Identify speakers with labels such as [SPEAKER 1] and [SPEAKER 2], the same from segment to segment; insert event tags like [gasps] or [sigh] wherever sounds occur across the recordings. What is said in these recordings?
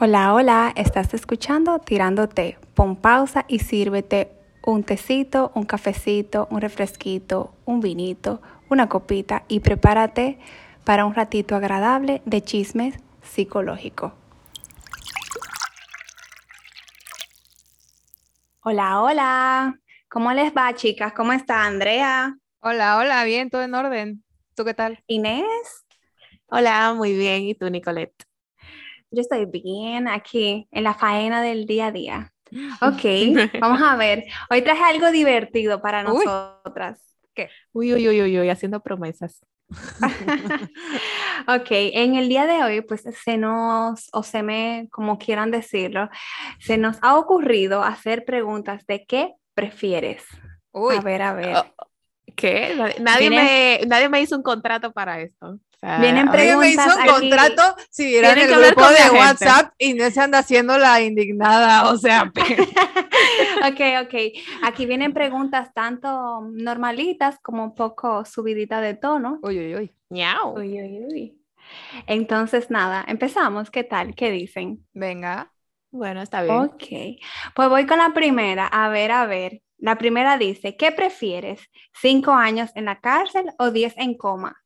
[SPEAKER 1] Hola, hola, estás escuchando Tirándote. Pon pausa y sírvete un tecito, un cafecito, un refresquito, un vinito, una copita y prepárate para un ratito agradable de chismes psicológico. Hola, hola. ¿Cómo les va, chicas? ¿Cómo está Andrea?
[SPEAKER 2] Hola, hola, bien, todo en orden. ¿Tú qué tal?
[SPEAKER 1] Inés.
[SPEAKER 3] Hola, muy bien. ¿Y tú, Nicolette?
[SPEAKER 1] Yo estoy bien aquí en la faena del día a día. Ok, vamos a ver. Hoy traje algo divertido para
[SPEAKER 2] Uy.
[SPEAKER 1] nosotras. ¿Qué?
[SPEAKER 3] Uy, uy, uy, uy, uy, haciendo promesas.
[SPEAKER 1] ok, en el día de hoy, pues se nos, o se me, como quieran decirlo, se nos ha ocurrido hacer preguntas de qué prefieres.
[SPEAKER 2] Uy,
[SPEAKER 1] A ver, a ver.
[SPEAKER 3] Oh, ¿Qué? Nadie, nadie me, nadie me hizo un contrato para esto. O sea,
[SPEAKER 1] Vienen
[SPEAKER 3] ahora-
[SPEAKER 1] pre-
[SPEAKER 2] Alguien me hizo
[SPEAKER 1] preguntas
[SPEAKER 2] un
[SPEAKER 1] aquí.
[SPEAKER 2] contrato si vieran
[SPEAKER 3] Tienen
[SPEAKER 2] el
[SPEAKER 3] que hablar
[SPEAKER 2] grupo
[SPEAKER 3] con la
[SPEAKER 2] de
[SPEAKER 3] gente.
[SPEAKER 2] WhatsApp y no se anda haciendo la indignada, o sea,
[SPEAKER 1] [laughs]
[SPEAKER 2] pero-
[SPEAKER 3] [laughs]
[SPEAKER 1] Ok, ok. Aquí vienen preguntas tanto normalitas como un poco subiditas de tono.
[SPEAKER 2] Uy, uy, uy,
[SPEAKER 3] Ñau.
[SPEAKER 1] Uy, uy, uy. Entonces, nada, empezamos. ¿Qué tal? ¿Qué dicen?
[SPEAKER 2] venga.
[SPEAKER 3] Bueno, está bien.
[SPEAKER 1] Ok, pues voy con la primera. A ver, a ver. La primera dice, ¿qué prefieres? ¿Cinco años en la cárcel o diez en coma?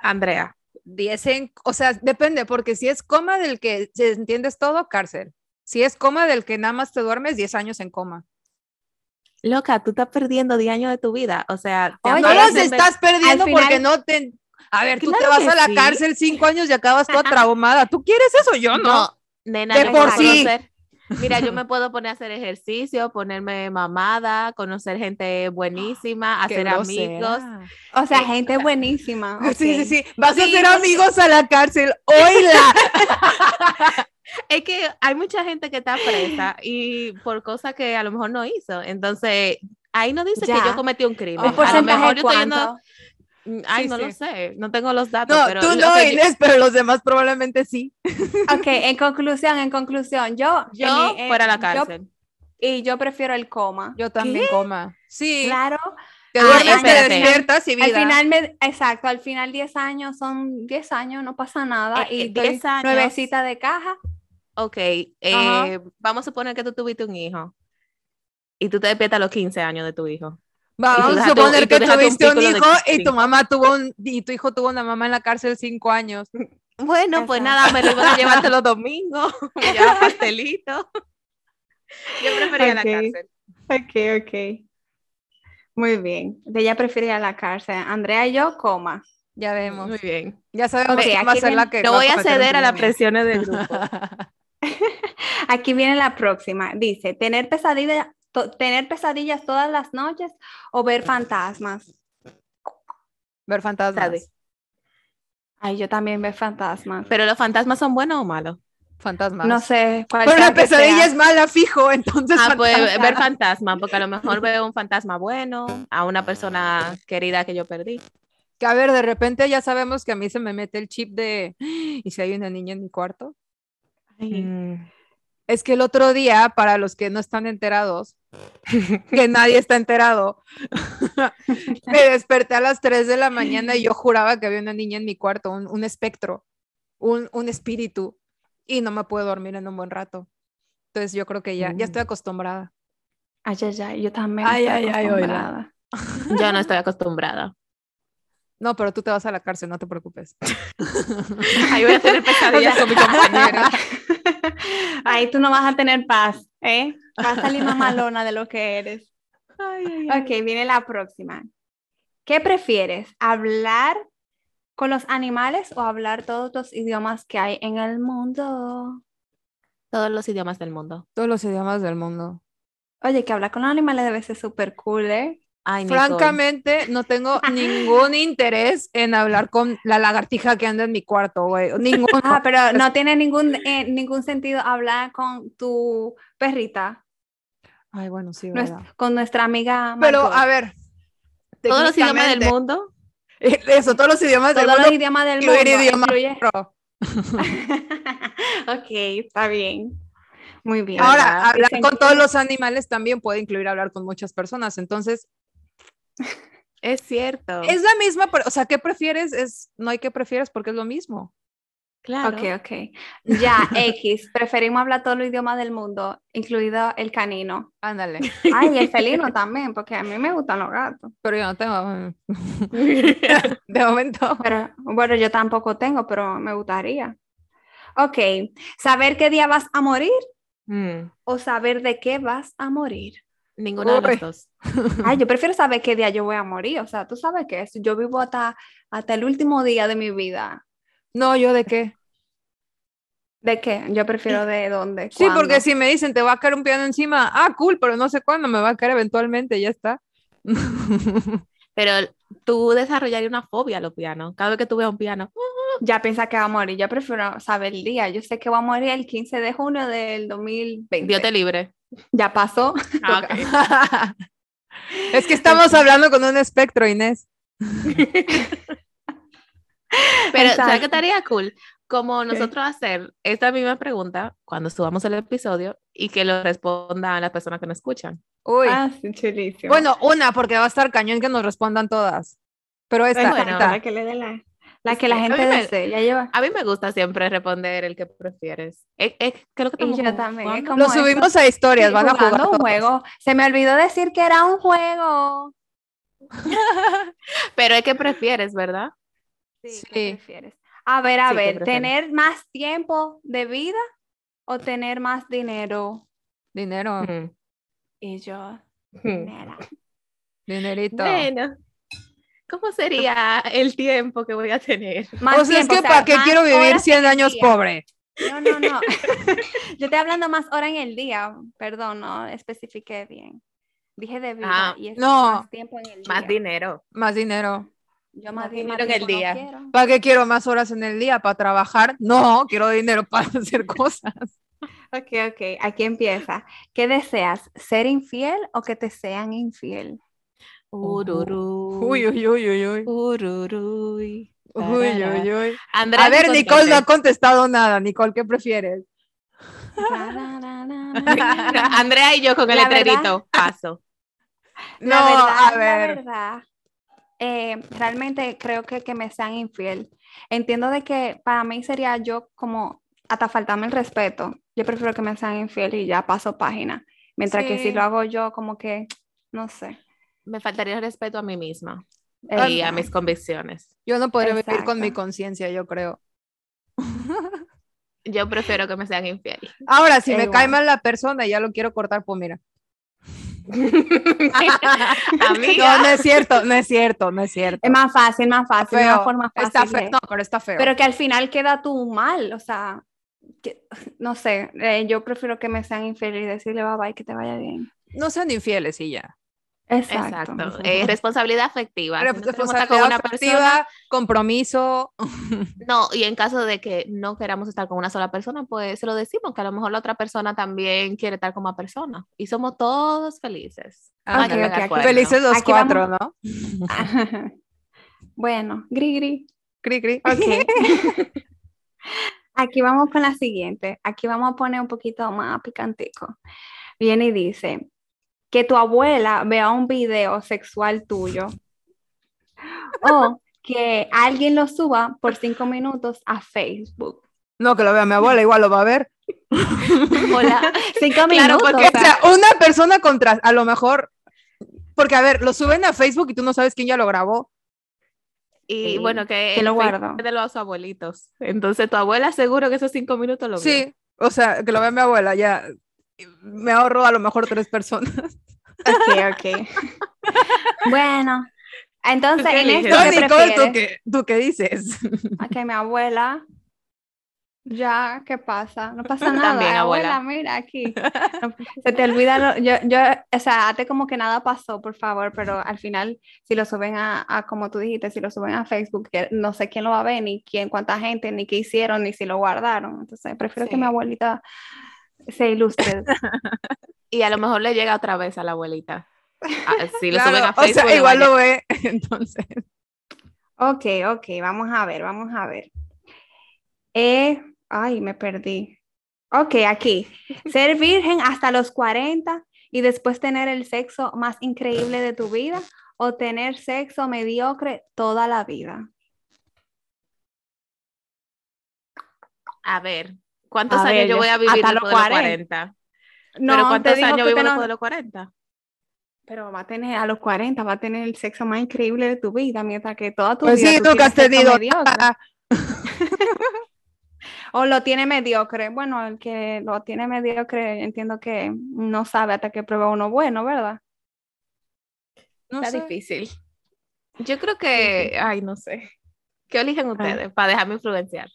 [SPEAKER 3] Andrea.
[SPEAKER 2] 10 en, o sea, depende, porque si es coma del que si entiendes todo, cárcel. Si es coma del que nada más te duermes, 10 años en coma.
[SPEAKER 3] Loca, tú estás perdiendo 10 años de tu vida. O sea, te
[SPEAKER 1] Oye,
[SPEAKER 2] No
[SPEAKER 3] han-
[SPEAKER 2] los
[SPEAKER 1] pero-
[SPEAKER 2] estás perdiendo
[SPEAKER 1] al final-
[SPEAKER 2] porque no te... A ver, tú te
[SPEAKER 3] Claro
[SPEAKER 2] vas
[SPEAKER 3] que
[SPEAKER 2] a la
[SPEAKER 3] sí.
[SPEAKER 2] cárcel 5 años y acabas
[SPEAKER 3] [laughs]
[SPEAKER 2] toda traumada. ¿Tú quieres eso? Yo no.
[SPEAKER 3] No, nena,
[SPEAKER 2] De
[SPEAKER 3] yo
[SPEAKER 1] por
[SPEAKER 3] puedo
[SPEAKER 2] sí.
[SPEAKER 3] conocer- Mira, yo me puedo poner a hacer ejercicio, ponerme mamada, conocer [gasps] gente buenísima,
[SPEAKER 2] Qué
[SPEAKER 3] hacer
[SPEAKER 2] grosera.
[SPEAKER 3] amigos.
[SPEAKER 1] O sea, gente buenísima.
[SPEAKER 2] Ah, Sí, sí,
[SPEAKER 1] ok.
[SPEAKER 2] sí. Vas a
[SPEAKER 3] [laughs] Sí,
[SPEAKER 2] ser
[SPEAKER 3] no sé.
[SPEAKER 2] amigos a la cárcel. ¡Oila!
[SPEAKER 3] [laughs] Es que hay mucha gente que está presa y por cosas que a lo mejor no hizo. Entonces, ahí no dice
[SPEAKER 1] Ya.
[SPEAKER 3] que yo cometí un crimen.
[SPEAKER 1] ¿Un
[SPEAKER 3] a lo
[SPEAKER 1] porcentaje
[SPEAKER 3] mejor
[SPEAKER 1] de
[SPEAKER 3] yo estoy
[SPEAKER 1] cuánto?
[SPEAKER 3] yendo- Mm, Ay,
[SPEAKER 2] Sí,
[SPEAKER 3] no lo
[SPEAKER 2] sí.
[SPEAKER 3] sé, no tengo los datos.
[SPEAKER 2] No,
[SPEAKER 3] pero
[SPEAKER 2] tú
[SPEAKER 3] lo
[SPEAKER 2] no,
[SPEAKER 3] que yo-
[SPEAKER 2] Inés, pero los demás probablemente sí.
[SPEAKER 1] Ok, en conclusión, en conclusión, yo...
[SPEAKER 3] yo
[SPEAKER 1] en- eh,
[SPEAKER 3] fuera a la
[SPEAKER 1] yo-
[SPEAKER 3] cárcel.
[SPEAKER 1] y yo prefiero el coma.
[SPEAKER 2] Yo también coma. Sí.
[SPEAKER 1] Claro,
[SPEAKER 2] Te
[SPEAKER 3] Ah,
[SPEAKER 2] duermes, te
[SPEAKER 3] espérate.
[SPEAKER 2] despiertas y vida.
[SPEAKER 1] al final, me, exacto, al final 10 años son 10 años, no pasa nada.
[SPEAKER 3] Eh, eh,
[SPEAKER 1] y 10
[SPEAKER 3] 10 años.
[SPEAKER 1] nuevecita de caja.
[SPEAKER 3] Ok, eh,
[SPEAKER 2] Ajá.
[SPEAKER 3] vamos a suponer que tú tuviste un hijo y tú te despiertas a los 15 años de tu hijo.
[SPEAKER 2] Va,
[SPEAKER 3] y tú
[SPEAKER 2] vamos a
[SPEAKER 3] dejaste un-
[SPEAKER 2] suponer
[SPEAKER 3] y tú
[SPEAKER 2] que
[SPEAKER 3] dejaste un
[SPEAKER 2] tuviste un
[SPEAKER 3] círculo de
[SPEAKER 2] hijo y tu
[SPEAKER 3] cinco.
[SPEAKER 2] mamá tuvo un, y tu hijo tuvo una mamá en la cárcel cinco años.
[SPEAKER 3] Bueno,
[SPEAKER 1] Exacto.
[SPEAKER 3] pues nada, me lo iban a llevarte los domingos, me llevaba pastelito. Yo prefería la
[SPEAKER 1] Ok.
[SPEAKER 3] cárcel.
[SPEAKER 1] Ok, ok. Muy bien. Ella prefiere ir a la cárcel. Andrea y yo, coma.
[SPEAKER 2] Ya vemos.
[SPEAKER 3] Muy bien.
[SPEAKER 2] Ya sabemos
[SPEAKER 1] Ok,
[SPEAKER 2] quién va a
[SPEAKER 1] aquí
[SPEAKER 2] ser la que.
[SPEAKER 3] No
[SPEAKER 2] va
[SPEAKER 3] voy a
[SPEAKER 2] cometer un
[SPEAKER 3] ceder a las
[SPEAKER 2] crimen.
[SPEAKER 3] presiones del grupo. [laughs]
[SPEAKER 1] Aquí viene la próxima. Dice, ¿tener, pesadilla, to- tener pesadillas todas las noches o ver fantasmas?
[SPEAKER 2] Ver
[SPEAKER 3] Sabe.
[SPEAKER 2] fantasmas.
[SPEAKER 1] Ay, yo también veo fantasmas.
[SPEAKER 3] Pero los fantasmas son buenos o malos.
[SPEAKER 2] Fantasmas.
[SPEAKER 1] No sé cuál
[SPEAKER 2] Pero
[SPEAKER 1] sea
[SPEAKER 2] la
[SPEAKER 1] que sea.
[SPEAKER 2] pesadilla es mala, fijo. [laughs] Entonces,
[SPEAKER 3] Ah, pues
[SPEAKER 2] fantasmas.
[SPEAKER 3] ver fantasma, porque a lo mejor veo un fantasma bueno, a una persona querida que yo perdí.
[SPEAKER 2] que a ver, de repente ya sabemos que a mí se me mete el chip de. [gasps] ¿Y si hay una niña en mi cuarto? Mm.
[SPEAKER 1] Ay,
[SPEAKER 3] Mm.
[SPEAKER 2] Es que el otro día, para los que no están enterados, [laughs] que nadie está enterado, me desperté a las 3 de la mañana y yo juraba que había una niña en mi cuarto, un, un espectro, un, un espíritu, y no me puedo dormir en un buen rato. Entonces yo creo que ya, ya estoy acostumbrada.
[SPEAKER 1] ay, ay, ay, yo también
[SPEAKER 2] Ay,
[SPEAKER 1] estoy
[SPEAKER 2] ay, ay, oíla.
[SPEAKER 1] acostumbrada.
[SPEAKER 3] Yo no estoy acostumbrada.
[SPEAKER 2] No, pero tú te vas a la cárcel, no te [laughs] preocupes.
[SPEAKER 3] Ahí voy a [laughs] tener pesadillas con mi compañera.
[SPEAKER 1] [laughs] Ay, tú no vas a tener paz, ¿eh? Vas a salir
[SPEAKER 2] [laughs]
[SPEAKER 1] más malona de lo que eres. Ok, viene la próxima. ¿Qué prefieres? ¿Hablar con los animales o hablar todos los idiomas que hay en el mundo?
[SPEAKER 3] Todos los idiomas del mundo.
[SPEAKER 2] [laughs] Todos los idiomas del mundo.
[SPEAKER 1] Oye, que hablar con los animales debe ser súper cool, ¿eh?
[SPEAKER 3] Ay, Nicole.
[SPEAKER 2] Francamente, no [laughs] tengo ningún interés en hablar con la lagartija que anda en mi cuarto, güey. Ninguno.
[SPEAKER 1] Ah, pero no tiene ningún, eh, ningún sentido hablar con tu perrita,
[SPEAKER 2] Ay, bueno, sí,
[SPEAKER 1] nues-
[SPEAKER 2] verdad.
[SPEAKER 1] con nuestra amiga.
[SPEAKER 2] Pero
[SPEAKER 1] Margot.
[SPEAKER 2] a ver.
[SPEAKER 3] todos los idiomas del
[SPEAKER 2] técnicamente,
[SPEAKER 3] mundo.
[SPEAKER 2] [laughs] Eso, todos los idiomas del
[SPEAKER 1] todos los
[SPEAKER 2] mundo.
[SPEAKER 1] idiomas del mundo.
[SPEAKER 2] incluir idiomas.
[SPEAKER 1] incluye- [laughs]
[SPEAKER 2] pero
[SPEAKER 1] ok, está bien. Muy bien.
[SPEAKER 2] Ahora, hablar
[SPEAKER 1] Dicen
[SPEAKER 2] con
[SPEAKER 1] que-
[SPEAKER 2] todos los animales también puede incluir hablar con muchas personas. Entonces,
[SPEAKER 3] Es cierto.
[SPEAKER 2] es la misma, pero, o sea, ¿qué prefieres? Es, no hay que prefieres porque es lo mismo.
[SPEAKER 3] Claro. [laughs]
[SPEAKER 1] Ok, ok. Ya, X, preferimos hablar todos los idiomas del mundo, incluido el canino.
[SPEAKER 2] Ándale.
[SPEAKER 1] Ay, y el [laughs] felino también, porque a mí me gustan los gatos.
[SPEAKER 2] Pero yo no tengo. De momento.
[SPEAKER 1] Pero bueno, yo tampoco tengo, pero me gustaría. Ok, saber qué día vas a morir
[SPEAKER 3] Mm,
[SPEAKER 1] o saber de qué vas a morir.
[SPEAKER 3] Ninguno de
[SPEAKER 2] Uy.
[SPEAKER 3] los dos.
[SPEAKER 1] Ay, yo prefiero saber qué día yo voy a morir. O sea, tú sabes que es. Yo vivo hasta, hasta el último día de mi vida.
[SPEAKER 2] No, yo de qué.
[SPEAKER 1] ¿De qué? Yo [laughs] prefiero de dónde.
[SPEAKER 2] Sí,
[SPEAKER 1] cuándo.
[SPEAKER 2] porque si me dicen te va a caer un piano encima, ah, cool, pero no sé cuándo me va a caer eventualmente, ya está.
[SPEAKER 3] Pero tú desarrollarías una fobia a los pianos. Cada vez que tú veas un piano.
[SPEAKER 1] ya piensa que va a morir. Yo prefiero saber el día. Yo sé que va a morir el 15 de junio del 2020.
[SPEAKER 3] Dios te [laughs] libre.
[SPEAKER 1] Ya pasó.
[SPEAKER 3] Ah, ok.
[SPEAKER 2] [laughs] es que estamos hablando con un espectro, Inés.
[SPEAKER 3] Pero, ¿sabes
[SPEAKER 1] Exacto.
[SPEAKER 3] qué estaría cool? Como nosotros hacer esta misma pregunta cuando subamos el episodio y que lo respondan las personas que nos escuchan.
[SPEAKER 2] Uy.
[SPEAKER 1] Ah, sí, chulísimo.
[SPEAKER 2] bueno, una, porque va a estar cañón que nos respondan todas. Pero esta,
[SPEAKER 1] Exacto,
[SPEAKER 3] bueno.
[SPEAKER 2] esta.
[SPEAKER 1] la que le dé la, la
[SPEAKER 3] Es
[SPEAKER 1] que la
[SPEAKER 3] que a mí
[SPEAKER 1] gente
[SPEAKER 3] me-
[SPEAKER 1] desee. Ya lleva.
[SPEAKER 3] A mí me gusta siempre responder el que prefieres. Es, es- creo que
[SPEAKER 1] Y
[SPEAKER 3] estamos
[SPEAKER 1] yo
[SPEAKER 3] como
[SPEAKER 1] también,
[SPEAKER 3] jugando.
[SPEAKER 1] como
[SPEAKER 2] lo
[SPEAKER 1] ¿cómo es?
[SPEAKER 2] subimos a historias,
[SPEAKER 1] Sí,
[SPEAKER 2] van a
[SPEAKER 1] jugando
[SPEAKER 2] jugar.
[SPEAKER 1] un
[SPEAKER 2] todas.
[SPEAKER 1] juego. Se me olvidó decir que era un juego.
[SPEAKER 3] [laughs] Pero es que prefieres, ¿verdad?
[SPEAKER 1] Sí,
[SPEAKER 2] Sí.
[SPEAKER 1] ¿qué prefieres? A ver, a
[SPEAKER 3] Sí, ¿qué
[SPEAKER 1] ver,
[SPEAKER 3] prefieres?
[SPEAKER 1] ¿tener más tiempo de vida o tener más dinero?
[SPEAKER 2] Dinero,
[SPEAKER 3] Mm.
[SPEAKER 1] Y yo,
[SPEAKER 2] Hmm.
[SPEAKER 3] Mm.
[SPEAKER 1] dinero.
[SPEAKER 2] dinerito.
[SPEAKER 3] Bueno, ¿cómo sería el tiempo que voy a tener?
[SPEAKER 1] Más
[SPEAKER 2] o sea, es
[SPEAKER 1] tiempo,
[SPEAKER 2] que
[SPEAKER 1] o sea,
[SPEAKER 2] ¿para qué
[SPEAKER 1] más
[SPEAKER 2] quiero vivir
[SPEAKER 1] horas
[SPEAKER 2] 100
[SPEAKER 1] en el
[SPEAKER 2] años
[SPEAKER 1] día.
[SPEAKER 2] pobre?
[SPEAKER 1] No, no, no. [laughs] Yo estoy hablando más horas en el día. Perdón, no especifiqué bien. Dije de vida
[SPEAKER 3] Ah,
[SPEAKER 1] y es
[SPEAKER 2] no.
[SPEAKER 1] más tiempo en el día.
[SPEAKER 3] Más dinero.
[SPEAKER 2] Más dinero.
[SPEAKER 1] Yo más,
[SPEAKER 3] más
[SPEAKER 1] di- más
[SPEAKER 3] dinero en
[SPEAKER 1] tiempo
[SPEAKER 3] el
[SPEAKER 1] no
[SPEAKER 3] día.
[SPEAKER 1] quiero.
[SPEAKER 2] ¿Para qué quiero más horas en el día? ¿Para trabajar? No, quiero dinero para [laughs] hacer cosas.
[SPEAKER 1] Ok, ok, aquí empieza. ¿Qué deseas? ¿Ser infiel o que te sean infiel?
[SPEAKER 3] Ururú.
[SPEAKER 2] Uy, uy, uy, uy, uy.
[SPEAKER 3] Ururuy.
[SPEAKER 2] Uy, uy, uy.
[SPEAKER 3] Andrea,
[SPEAKER 2] A ver,
[SPEAKER 3] no
[SPEAKER 2] Nicole no ha
[SPEAKER 3] contestes.
[SPEAKER 2] contestado nada. Nicole, ¿qué prefieres?
[SPEAKER 1] [laughs]
[SPEAKER 3] Andrea y yo con el
[SPEAKER 1] La verdad-
[SPEAKER 3] letrerito. Paso.
[SPEAKER 2] No,
[SPEAKER 1] la verdad,
[SPEAKER 2] a
[SPEAKER 1] la
[SPEAKER 2] ver.
[SPEAKER 1] verdad, eh, realmente creo que, que me sean infiel. Entiendo de que para mí sería yo como hasta faltarme el respeto. Yo prefiero que me sean infiel y ya paso página. Mientras que
[SPEAKER 2] Sí.
[SPEAKER 1] si lo hago yo, como que, no sé.
[SPEAKER 3] Me faltaría el respeto a mí misma y a
[SPEAKER 1] Exacto.
[SPEAKER 3] mis convicciones.
[SPEAKER 2] Yo no podría vivir con mi
[SPEAKER 1] Exacto.
[SPEAKER 2] conciencia, yo creo.
[SPEAKER 3] Yo prefiero que me sean [laughs] infiel.
[SPEAKER 2] Ahora, si me
[SPEAKER 1] Igual.
[SPEAKER 2] cae mal la persona y ya lo quiero cortar, pues mira.
[SPEAKER 3] Amiga.
[SPEAKER 2] No, no es cierto, no es cierto, no es cierto.
[SPEAKER 1] Es más fácil, más fácil,
[SPEAKER 2] Feo.
[SPEAKER 1] una forma fácil.
[SPEAKER 2] Está feo,
[SPEAKER 1] de-
[SPEAKER 2] no, pero está feo.
[SPEAKER 1] Pero que al final queda tú mal, o sea, que- no sé, eh, yo prefiero que me sean infiel y decirle bye bye, que te vaya bien.
[SPEAKER 2] no sean infieles y ya.
[SPEAKER 1] Exacto. [laughs]
[SPEAKER 3] Exacto. Eh, responsabilidad
[SPEAKER 2] Ah,
[SPEAKER 3] afectiva. Si no queremos estar
[SPEAKER 2] Responsabilidad
[SPEAKER 3] con una persona,
[SPEAKER 2] afectiva, compromiso.
[SPEAKER 3] no, y en caso de que no queramos estar con una sola persona, pues se lo decimos, que a lo mejor la otra persona también quiere estar con más personas. Y somos todos felices.
[SPEAKER 2] Ah,
[SPEAKER 3] Pónganse
[SPEAKER 2] ok,
[SPEAKER 3] de
[SPEAKER 1] ok, aquí
[SPEAKER 3] acuerdo. [laughs]
[SPEAKER 2] Felices los
[SPEAKER 1] Aquí
[SPEAKER 2] cuatro, ¿no?
[SPEAKER 1] bueno, gri gri.
[SPEAKER 2] Cri, cri.
[SPEAKER 1] Ok. Aquí vamos con la siguiente. Aquí vamos a poner un poquito más picantico. Viene y dice que tu abuela vea un video sexual tuyo o que alguien lo suba por cinco minutos a Facebook.
[SPEAKER 2] [laughs] No, que lo vea mi abuela, igual lo va a [laughs] ver.
[SPEAKER 1] Hola. Cinco minutos.
[SPEAKER 3] porque-
[SPEAKER 1] o
[SPEAKER 2] O
[SPEAKER 1] sea,
[SPEAKER 2] sea, una persona contra, a lo mejor, porque a ver, lo suben a Facebook y tú no sabes quién ya lo grabó.
[SPEAKER 3] Y
[SPEAKER 1] Sí,
[SPEAKER 3] bueno, que,
[SPEAKER 1] que lo
[SPEAKER 3] el
[SPEAKER 1] guardo.
[SPEAKER 3] Facebook es de los abuelitos. Entonces tu abuela seguro que esos cinco minutos lo vio.
[SPEAKER 2] Sí, o sea, que lo vea mi abuela, ya me ahorro a lo mejor tres personas.
[SPEAKER 1] ok, ok. bueno, entonces
[SPEAKER 3] ¿Tú qué
[SPEAKER 1] en esto
[SPEAKER 3] eliges?
[SPEAKER 2] [laughs] No,
[SPEAKER 1] ¿qué
[SPEAKER 2] Nicole, ¿tú
[SPEAKER 1] prefieres?
[SPEAKER 2] qué, ¿tú qué dices?
[SPEAKER 3] [laughs]
[SPEAKER 1] a que mi abuela. Ya, ¿qué pasa? No
[SPEAKER 3] [laughs]
[SPEAKER 1] pasa
[SPEAKER 3] También,
[SPEAKER 1] nada. eh,
[SPEAKER 3] abuela.
[SPEAKER 1] mira
[SPEAKER 3] [laughs]
[SPEAKER 1] aquí. No, Se te olvida. lo- yo, yo, o sea, hazte como que nada pasó, por favor, pero al final, si lo suben a, a, como tú dijiste, si lo suben a Facebook, que no sé quién lo va a ver, ni quién, cuánta gente, ni qué hicieron, ni si lo guardaron. Entonces, prefiero que mi
[SPEAKER 3] Sí.
[SPEAKER 1] abuelita se ilustre.
[SPEAKER 3] Y a lo mejor le llega otra vez a la abuelita. Ah, si lo
[SPEAKER 2] Claro,
[SPEAKER 3] suben a
[SPEAKER 2] o
[SPEAKER 3] Facebook.
[SPEAKER 2] sea,
[SPEAKER 3] le
[SPEAKER 2] igual
[SPEAKER 3] va a
[SPEAKER 2] lo ve, [laughs] entonces.
[SPEAKER 1] Ok, ok, vamos a ver, vamos a ver. Eh, ay, me perdí. Ok, aquí.
[SPEAKER 3] [laughs]
[SPEAKER 1] Ser virgen hasta los 40 y después tener el sexo más increíble de tu vida o tener sexo mediocre toda la vida.
[SPEAKER 3] A ver, ¿cuántos
[SPEAKER 1] A
[SPEAKER 3] años
[SPEAKER 1] ver,
[SPEAKER 3] yo
[SPEAKER 1] yo-
[SPEAKER 3] voy a vivir
[SPEAKER 1] hasta
[SPEAKER 3] después de
[SPEAKER 1] los
[SPEAKER 3] los
[SPEAKER 1] 40.
[SPEAKER 3] 40? ¿Pero
[SPEAKER 1] te
[SPEAKER 3] cuántos
[SPEAKER 1] digo
[SPEAKER 3] años
[SPEAKER 1] que
[SPEAKER 3] vivo
[SPEAKER 1] te no-
[SPEAKER 3] después de los 40?
[SPEAKER 1] Pero va a tener a los 40, va a tener el sexo más increíble de tu vida, mientras que toda tu
[SPEAKER 2] Pues
[SPEAKER 1] vida
[SPEAKER 2] sí,
[SPEAKER 1] tú
[SPEAKER 2] tú que
[SPEAKER 1] tienes
[SPEAKER 2] has
[SPEAKER 1] sexo
[SPEAKER 2] tenido.
[SPEAKER 1] mediocre.
[SPEAKER 2] nada.
[SPEAKER 1] [laughs] O lo tiene mediocre. Bueno, el que lo tiene mediocre entiendo que no sabe hasta que prueba uno bueno, ¿verdad?
[SPEAKER 2] No
[SPEAKER 3] Está
[SPEAKER 2] sé.
[SPEAKER 3] difícil. Yo creo que, ay, no sé. ¿Qué eligen ustedes para dejarme influenciar?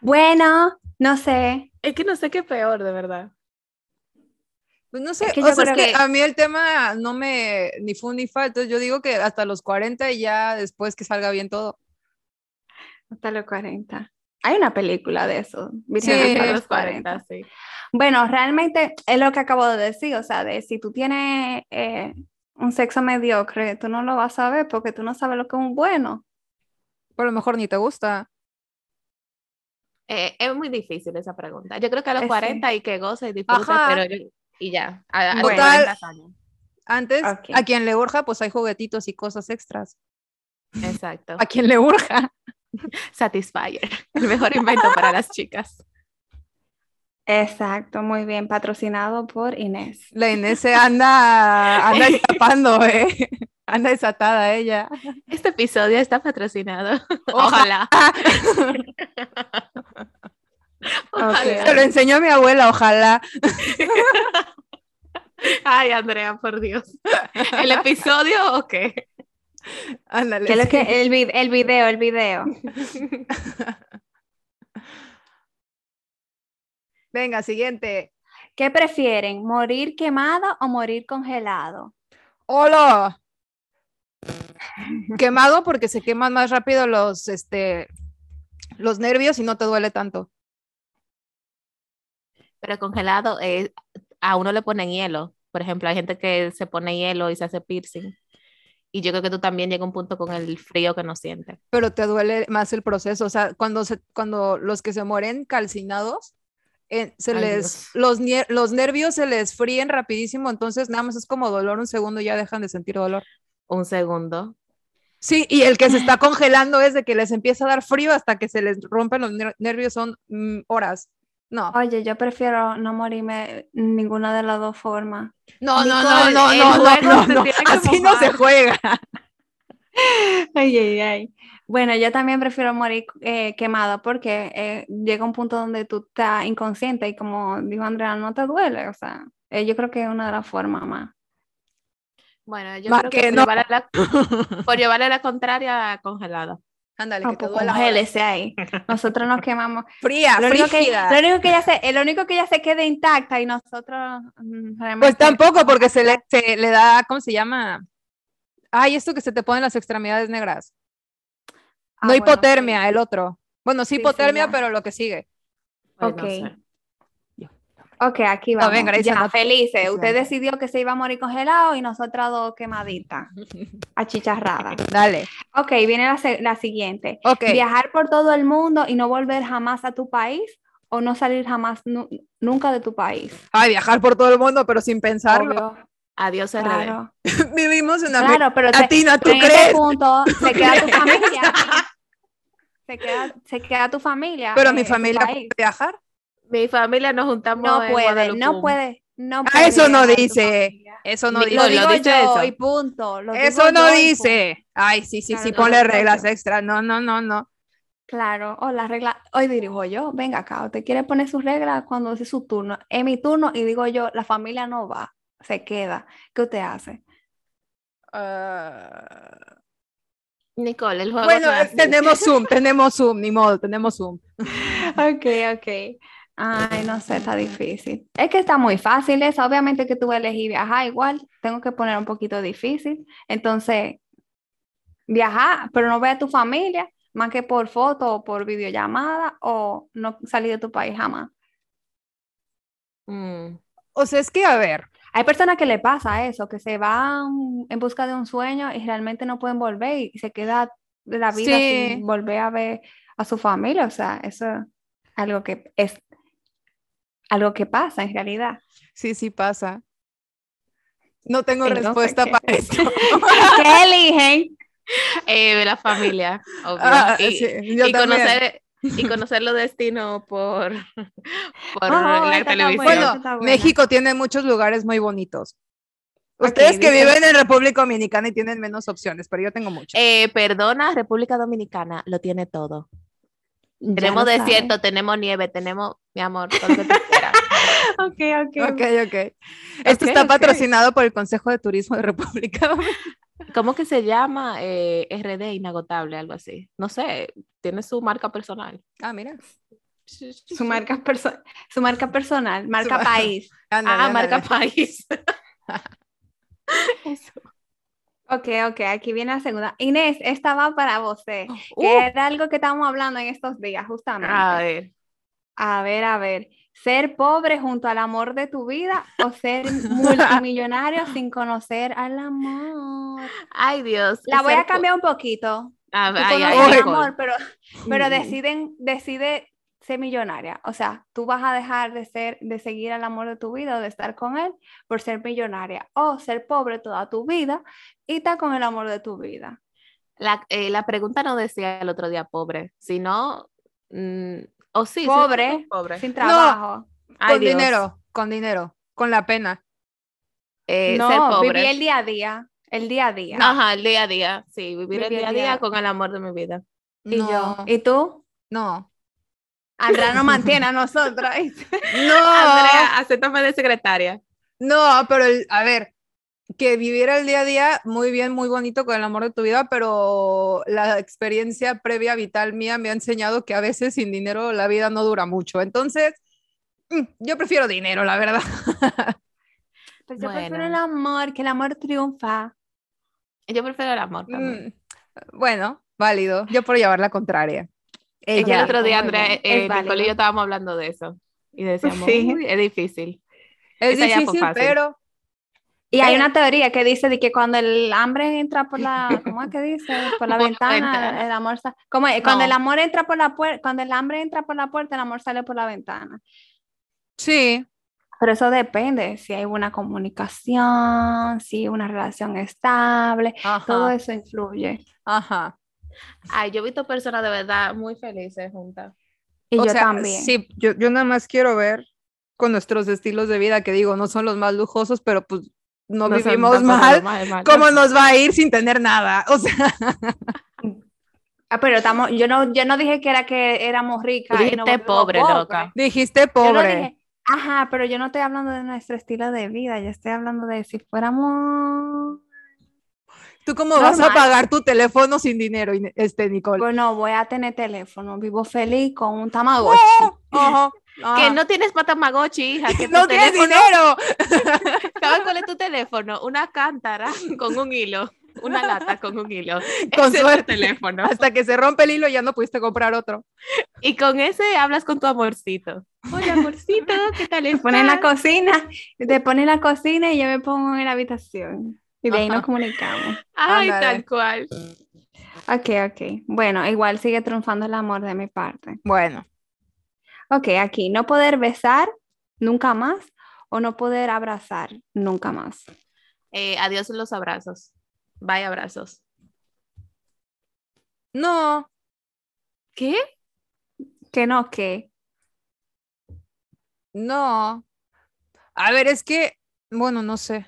[SPEAKER 1] Bueno, no sé.
[SPEAKER 3] Es que no sé qué es peor, de verdad.
[SPEAKER 2] Pues no sé,
[SPEAKER 1] que
[SPEAKER 2] o
[SPEAKER 1] yo
[SPEAKER 2] sea, es
[SPEAKER 1] creo
[SPEAKER 2] que
[SPEAKER 1] que-
[SPEAKER 2] a mí el tema no me ni fue ni falta. Yo digo que hasta los 40 y ya después que salga bien todo.
[SPEAKER 1] Hasta los 40. Hay una película de eso.
[SPEAKER 2] Sí,
[SPEAKER 1] Virgen hasta
[SPEAKER 2] a
[SPEAKER 1] los 40.
[SPEAKER 3] sí.
[SPEAKER 1] Bueno, realmente es lo que acabo de decir, o sea, de si tú tienes eh, un sexo mediocre, tú no lo vas a ver porque tú no sabes lo que es un bueno.
[SPEAKER 2] Por lo mejor ni te gusta.
[SPEAKER 3] Eh, es muy difícil esa pregunta. Yo creo que a los
[SPEAKER 1] Eh, sí.
[SPEAKER 3] 40 y que goce y disfrute,
[SPEAKER 2] Ajá.
[SPEAKER 3] pero yo- y ya. A, a los
[SPEAKER 1] Bueno.
[SPEAKER 3] 40 años.
[SPEAKER 2] Antes,
[SPEAKER 1] Ok.
[SPEAKER 2] a quien le urja, pues hay juguetitos y cosas extras.
[SPEAKER 3] Exacto.
[SPEAKER 2] A quien le urja.
[SPEAKER 3] Satisfyer, el mejor invento para las chicas.
[SPEAKER 1] Exacto, muy bien, patrocinado por Inés.
[SPEAKER 2] [laughs] La Inés se
[SPEAKER 1] [laughs]
[SPEAKER 2] anda, anda escapando, ¿eh? [laughs] Anda desatada ella.
[SPEAKER 3] Este episodio está [laughs] patrocinado. Ojalá. Ojalá.
[SPEAKER 2] Se lo enseñó mi abuela, ojalá.
[SPEAKER 3] Ay, Andrea, por Dios. ¿El episodio o qué?
[SPEAKER 2] Ándale.
[SPEAKER 1] ¿Qué es lo
[SPEAKER 2] sí.
[SPEAKER 1] que, el, vi- el video, el [laughs] video.
[SPEAKER 2] Venga, siguiente.
[SPEAKER 1] ¿Qué prefieren, morir quemado o morir congelado?
[SPEAKER 2] ¡Hola! Quemado porque se queman más rápido los, este, los nervios y no te duele tanto.
[SPEAKER 3] Pero congelado, eh, a uno le ponen hielo. Por ejemplo, hay gente que se pone hielo y se hace piercing. Y yo creo que tú también llega a un punto con el frío que no sientes.
[SPEAKER 2] pero te duele más el proceso. O sea, cuando, se, cuando los que se mueren calcinados, eh, se
[SPEAKER 3] Ay,
[SPEAKER 2] les,
[SPEAKER 3] Dios.
[SPEAKER 2] los, nie- los nervios se les fríen rapidísimo, entonces nada más es como dolor un segundo y ya dejan de sentir dolor.
[SPEAKER 3] Un segundo.
[SPEAKER 2] Sí, y el que se [clears throat] está congelando es de que les empieza a dar frío hasta que se les rompen los ner- nervios, son mm, horas. No,
[SPEAKER 1] Oye, yo prefiero no morirme ninguna de las dos formas.
[SPEAKER 2] no, no, no,
[SPEAKER 3] Nicole,
[SPEAKER 2] no,
[SPEAKER 3] el
[SPEAKER 2] no, no,
[SPEAKER 3] juego
[SPEAKER 2] no,
[SPEAKER 3] se
[SPEAKER 2] no,
[SPEAKER 3] tiene que
[SPEAKER 2] así no se
[SPEAKER 3] mojar.
[SPEAKER 2] juega.
[SPEAKER 1] Ay, ay, ay. Bueno, yo también prefiero morir eh, quemada porque eh, llega un punto donde tú estás inconsciente y como dijo Andrea, no te duele. O sea, eh, yo creo que es una de las formas más.
[SPEAKER 3] Bueno, yo
[SPEAKER 2] Ma-
[SPEAKER 3] creo
[SPEAKER 2] que
[SPEAKER 3] que, por,
[SPEAKER 2] no.
[SPEAKER 3] llevarle la, por llevarle la contraria congelada.
[SPEAKER 2] Ándale,
[SPEAKER 1] Ah,
[SPEAKER 2] que te
[SPEAKER 1] pues
[SPEAKER 2] duela.
[SPEAKER 1] congélese [laughs] ahí. Nosotros nos quemamos.
[SPEAKER 2] Fría,
[SPEAKER 1] Lo único, que,
[SPEAKER 2] frígida.
[SPEAKER 1] lo único que ella se, eh, lo único que ella se quede intacta y nosotros... mm,
[SPEAKER 2] Pues
[SPEAKER 1] realmente-
[SPEAKER 2] tampoco, porque se le, se le da, ¿cómo se llama? Ay, esto que se te ponen las extremidades negras.
[SPEAKER 1] Ah,
[SPEAKER 2] no
[SPEAKER 1] bueno, sí.
[SPEAKER 2] hipotermia, el otro. Bueno, sí
[SPEAKER 1] Sí, sí,
[SPEAKER 2] hipotermia,
[SPEAKER 1] ya.
[SPEAKER 2] pero lo que sigue.
[SPEAKER 3] Ay, Pues no
[SPEAKER 1] Ok.
[SPEAKER 3] sé.
[SPEAKER 1] Ok, aquí
[SPEAKER 2] No,
[SPEAKER 1] vamos.
[SPEAKER 2] venga, Grace
[SPEAKER 1] Ya,
[SPEAKER 2] Anatomy,
[SPEAKER 1] felices.
[SPEAKER 2] Grace
[SPEAKER 1] Usted
[SPEAKER 2] Anatomy.
[SPEAKER 1] decidió que se iba a morir congelado y nosotras dos
[SPEAKER 2] [laughs]
[SPEAKER 1] quemaditas, achicharradas.
[SPEAKER 2] Dale.
[SPEAKER 1] Ok, viene la, se- la siguiente.
[SPEAKER 2] Ok.
[SPEAKER 1] Viajar por todo el mundo y no volver jamás a tu país o no salir jamás nu- nunca de tu país.
[SPEAKER 2] Ay, viajar por todo el mundo, pero sin pensarlo.
[SPEAKER 1] Obvio,
[SPEAKER 3] Adiós, RD.
[SPEAKER 1] claro,
[SPEAKER 2] [laughs] Vivimos en América
[SPEAKER 1] claro, pero te-
[SPEAKER 2] Latina, ¿tú
[SPEAKER 1] en este
[SPEAKER 2] crees?
[SPEAKER 1] punto se queda tu
[SPEAKER 2] [laughs]
[SPEAKER 1] familia. Se queda, se queda tu familia.
[SPEAKER 2] Pero
[SPEAKER 1] eh,
[SPEAKER 2] mi
[SPEAKER 1] en tu
[SPEAKER 2] familia puede
[SPEAKER 1] país.
[SPEAKER 2] viajar.
[SPEAKER 3] Mi familia nos juntamos
[SPEAKER 1] no
[SPEAKER 3] en
[SPEAKER 1] puede, no
[SPEAKER 3] Guadalucum.
[SPEAKER 1] puede, no
[SPEAKER 2] Ah, eso
[SPEAKER 1] puede
[SPEAKER 2] no
[SPEAKER 1] viajar tu
[SPEAKER 2] dice.
[SPEAKER 1] familia.
[SPEAKER 2] Eso no
[SPEAKER 3] Mi-
[SPEAKER 2] dice.
[SPEAKER 1] Lo
[SPEAKER 3] No,
[SPEAKER 1] digo
[SPEAKER 3] dice
[SPEAKER 1] yo
[SPEAKER 3] eso.
[SPEAKER 1] y punto. lo digo
[SPEAKER 2] Eso no
[SPEAKER 1] yo y
[SPEAKER 2] dice. Ay, sí, sí,
[SPEAKER 1] Claro,
[SPEAKER 2] sí,
[SPEAKER 1] lo
[SPEAKER 2] ponle
[SPEAKER 1] digo
[SPEAKER 2] reglas
[SPEAKER 1] yo.
[SPEAKER 2] extra. No, no, no, no.
[SPEAKER 1] Claro, o la regla, hoy dirijo yo, venga acá, usted quiere poner sus reglas cuando es su turno, es mi turno y digo yo, la familia no va, se queda, ¿qué usted hace?
[SPEAKER 2] Ah,
[SPEAKER 3] Nicole, el juego
[SPEAKER 2] Bueno,
[SPEAKER 3] no es así.
[SPEAKER 2] tenemos Zoom, tenemos Zoom, ni modo, tenemos Zoom.
[SPEAKER 1] Ok, ok. Ay, no sé, está difícil. Es que está muy fácil esa, obviamente que tú vas a elegir viajar igual, tengo que poner un poquito difícil, entonces, viajar, pero no ver a tu familia, más que por foto o por videollamada o no salir de tu país jamás.
[SPEAKER 3] Mm.
[SPEAKER 2] O sea, es que, a ver,
[SPEAKER 1] Hay personas que le pasa eso, que se van en busca de un sueño y realmente no pueden volver y se queda la vida
[SPEAKER 2] Sí.
[SPEAKER 1] sin volver a ver a su familia. O sea, eso es algo que es algo que pasa en realidad.
[SPEAKER 2] sí, sí pasa. No tengo
[SPEAKER 1] Entonces,
[SPEAKER 2] respuesta
[SPEAKER 1] ¿qué?
[SPEAKER 2] para esto.
[SPEAKER 1] ¿Qué eligen?
[SPEAKER 3] Eh, de la familia, obvio. [laughs]
[SPEAKER 2] Ah,
[SPEAKER 3] y
[SPEAKER 2] sí, yo
[SPEAKER 3] y
[SPEAKER 2] también.
[SPEAKER 3] conocer, [laughs] y conocer los destinos por, [laughs] por
[SPEAKER 1] Oh, esta
[SPEAKER 3] la
[SPEAKER 1] está
[SPEAKER 3] televisión.
[SPEAKER 1] buena.
[SPEAKER 2] Bueno,
[SPEAKER 1] está buena.
[SPEAKER 2] México tiene muchos lugares muy bonitos.
[SPEAKER 1] Ok,
[SPEAKER 2] Ustedes que
[SPEAKER 1] dice-
[SPEAKER 2] viven en República Dominicana y tienen menos opciones, pero yo tengo muchas.
[SPEAKER 3] Eh, perdona, República Dominicana lo tiene todo.
[SPEAKER 1] Ya
[SPEAKER 3] tenemos
[SPEAKER 1] lo saben.
[SPEAKER 3] desierto, tenemos nieve, tenemos, mi amor, todo lo que tú quieras.
[SPEAKER 1] [laughs] Ok, ok.
[SPEAKER 2] Ok, ok. Esto
[SPEAKER 1] Ok,
[SPEAKER 2] está
[SPEAKER 1] ok.
[SPEAKER 2] patrocinado por el Consejo de Turismo de República [laughs] Dominicana.
[SPEAKER 3] [laughs] ¿Cómo que se llama? Eh, RD Inagotable, algo así. No sé, tiene su marca personal.
[SPEAKER 2] Ah, mira.
[SPEAKER 1] Su marca, perso- su marca personal, marca
[SPEAKER 2] Su-
[SPEAKER 1] país.
[SPEAKER 2] Ándale,
[SPEAKER 3] ah, marca
[SPEAKER 2] ándale.
[SPEAKER 1] [laughs]
[SPEAKER 3] país. [laughs]
[SPEAKER 1] Ok, ok, aquí viene la segunda. Inés, esta va para vos. eh,
[SPEAKER 3] Uh, Ah,
[SPEAKER 1] que era algo que estábamos hablando en estos días, justamente.
[SPEAKER 3] a ver.
[SPEAKER 1] A ver, a ver. ¿Ser pobre junto al amor de tu vida o
[SPEAKER 3] [laughs]
[SPEAKER 1] ser multimillonario sin conocer al amor?
[SPEAKER 3] Ay, Dios.
[SPEAKER 1] La voy a
[SPEAKER 3] ser po-
[SPEAKER 1] cambiar un poquito.
[SPEAKER 3] Ah,
[SPEAKER 1] Tú
[SPEAKER 3] ay, ay,
[SPEAKER 1] conoces
[SPEAKER 2] ay,
[SPEAKER 1] al
[SPEAKER 3] Nicole.
[SPEAKER 1] amor, pero, pero
[SPEAKER 2] Mm.
[SPEAKER 1] deciden, decide ser millonaria. O sea, tú vas a dejar de ser, de seguir al amor de tu vida o de estar con él por ser millonaria o ser pobre toda tu vida y estar con el amor de tu vida.
[SPEAKER 3] La, eh, la pregunta no decía el otro día pobre, sino. mm, o sí, sí,
[SPEAKER 1] Pobre,
[SPEAKER 3] pobre.
[SPEAKER 1] sin trabajo.
[SPEAKER 3] Ay,
[SPEAKER 2] con
[SPEAKER 3] Dios.
[SPEAKER 2] dinero, con dinero, con la pena.
[SPEAKER 3] Eh, ser
[SPEAKER 1] no,
[SPEAKER 3] pobre.
[SPEAKER 1] vivir el día a día, el día a día.
[SPEAKER 3] Ajá, el día a día. Sí, vivir, el día a día con el amor de mi vida.
[SPEAKER 1] Y yo,
[SPEAKER 2] No,
[SPEAKER 1] ¿y tú?
[SPEAKER 2] No.
[SPEAKER 1] Andrea nos mantiene a nosotros. Ah.
[SPEAKER 2] No,
[SPEAKER 3] Andrea, acéptame de secretaria.
[SPEAKER 2] no, pero el- a ver, que vivir el día a día muy bien, muy bonito con el amor de tu vida, pero la experiencia previa vital mía me ha enseñado que a veces sin dinero la vida no dura mucho. Entonces, mm, yo prefiero dinero, la verdad.
[SPEAKER 1] Pues yo prefiero
[SPEAKER 3] Bueno.
[SPEAKER 1] el amor, que el amor triunfa.
[SPEAKER 3] Yo prefiero el amor también.
[SPEAKER 2] Mm, Bueno, válido. Yo por llevar la contraria.
[SPEAKER 3] Es que el
[SPEAKER 1] Ya,
[SPEAKER 3] otro día,
[SPEAKER 1] muy bien.
[SPEAKER 3] Andrea,
[SPEAKER 1] Es
[SPEAKER 3] eh, Nicole
[SPEAKER 1] válido.
[SPEAKER 3] y yo estábamos hablando de eso. Y decíamos,
[SPEAKER 1] Sí.
[SPEAKER 3] "Uy, es difícil.
[SPEAKER 2] Es
[SPEAKER 3] Esa ya fue
[SPEAKER 2] difícil,
[SPEAKER 3] fácil.
[SPEAKER 2] pero
[SPEAKER 1] Y hay
[SPEAKER 2] Eh.
[SPEAKER 1] una teoría que dice de que cuando el hambre entra por la, ¿cómo es que dice? Por la
[SPEAKER 3] Por la
[SPEAKER 1] ventana,
[SPEAKER 3] ventana.
[SPEAKER 1] el amor sale. ¿Cómo es? Cuando
[SPEAKER 3] No.
[SPEAKER 1] el amor entra por la puerta, cuando el hambre entra por la puerta, el amor sale por la ventana.
[SPEAKER 2] sí.
[SPEAKER 1] Pero eso depende, si hay una comunicación, si una relación estable,
[SPEAKER 2] Ajá,
[SPEAKER 1] todo eso influye.
[SPEAKER 2] ajá.
[SPEAKER 3] Ay, yo he visto personas de verdad muy felices juntas.
[SPEAKER 1] Y
[SPEAKER 2] O
[SPEAKER 1] yo
[SPEAKER 2] sea,
[SPEAKER 1] también.
[SPEAKER 2] Sí, yo, yo nada más quiero ver con nuestros estilos de vida, que digo, no son los más lujosos, pero pues no,
[SPEAKER 3] No son
[SPEAKER 2] vivimos
[SPEAKER 3] tampoco
[SPEAKER 2] mal.
[SPEAKER 3] lo más- mal.
[SPEAKER 2] ¿Cómo nos va a ir sin tener nada? [laughs] O sea,
[SPEAKER 1] Ah, pero estamos, yo no, yo no dije que era que éramos ricas. y nos
[SPEAKER 3] Dijiste
[SPEAKER 1] volvimos
[SPEAKER 3] pobre,
[SPEAKER 1] pobres.
[SPEAKER 3] loca.
[SPEAKER 2] dijiste
[SPEAKER 1] Yo no
[SPEAKER 2] pobre.
[SPEAKER 1] dije, Ajá, pero yo no estoy hablando de nuestro estilo de vida, yo estoy hablando de si fuéramos
[SPEAKER 2] ¿Tú cómo vas a
[SPEAKER 1] Normal.
[SPEAKER 2] pagar tu teléfono sin dinero, Ine- este Nicole?
[SPEAKER 1] Bueno, voy a tener teléfono, vivo feliz con un
[SPEAKER 2] [laughs]
[SPEAKER 1] Tamagotchi. [laughs]
[SPEAKER 2] Ajá,
[SPEAKER 3] Que
[SPEAKER 2] ajá.
[SPEAKER 3] no tienes para Tamagotchi, hija. Que tu
[SPEAKER 2] Ah. [laughs] no tienes
[SPEAKER 3] teléfono-
[SPEAKER 1] [laughs]
[SPEAKER 2] dinero.
[SPEAKER 3] ¿Sabes [laughs] cuál es tu teléfono? Una cántara con un hilo. Una lata con un hilo.
[SPEAKER 2] Con
[SPEAKER 3] Ese es tu
[SPEAKER 2] suerte.
[SPEAKER 3] teléfono.
[SPEAKER 2] Hasta que se rompe el hilo ya no pudiste comprar otro.
[SPEAKER 3] Y con ese hablas con tu amorcito. Hola, amorcito, ¿qué tal
[SPEAKER 1] Te pones en la
[SPEAKER 2] Ah.
[SPEAKER 3] estás?
[SPEAKER 1] cocina, te pones en la cocina y yo me pongo en la habitación. Y de ahí nos
[SPEAKER 3] Ajá.
[SPEAKER 1] comunicamos.
[SPEAKER 3] Ay,
[SPEAKER 2] Ándale.
[SPEAKER 3] tal cual.
[SPEAKER 1] Ok, ok. Bueno, igual sigue triunfando el amor de mi parte.
[SPEAKER 2] Bueno,
[SPEAKER 1] Ok, aquí, no poder besar nunca más o no poder abrazar nunca más.
[SPEAKER 3] Eh, adiós los abrazos. Bye, abrazos.
[SPEAKER 2] no,
[SPEAKER 3] ¿Qué?
[SPEAKER 1] Que no, que
[SPEAKER 2] no. A ver, es que, bueno, no sé.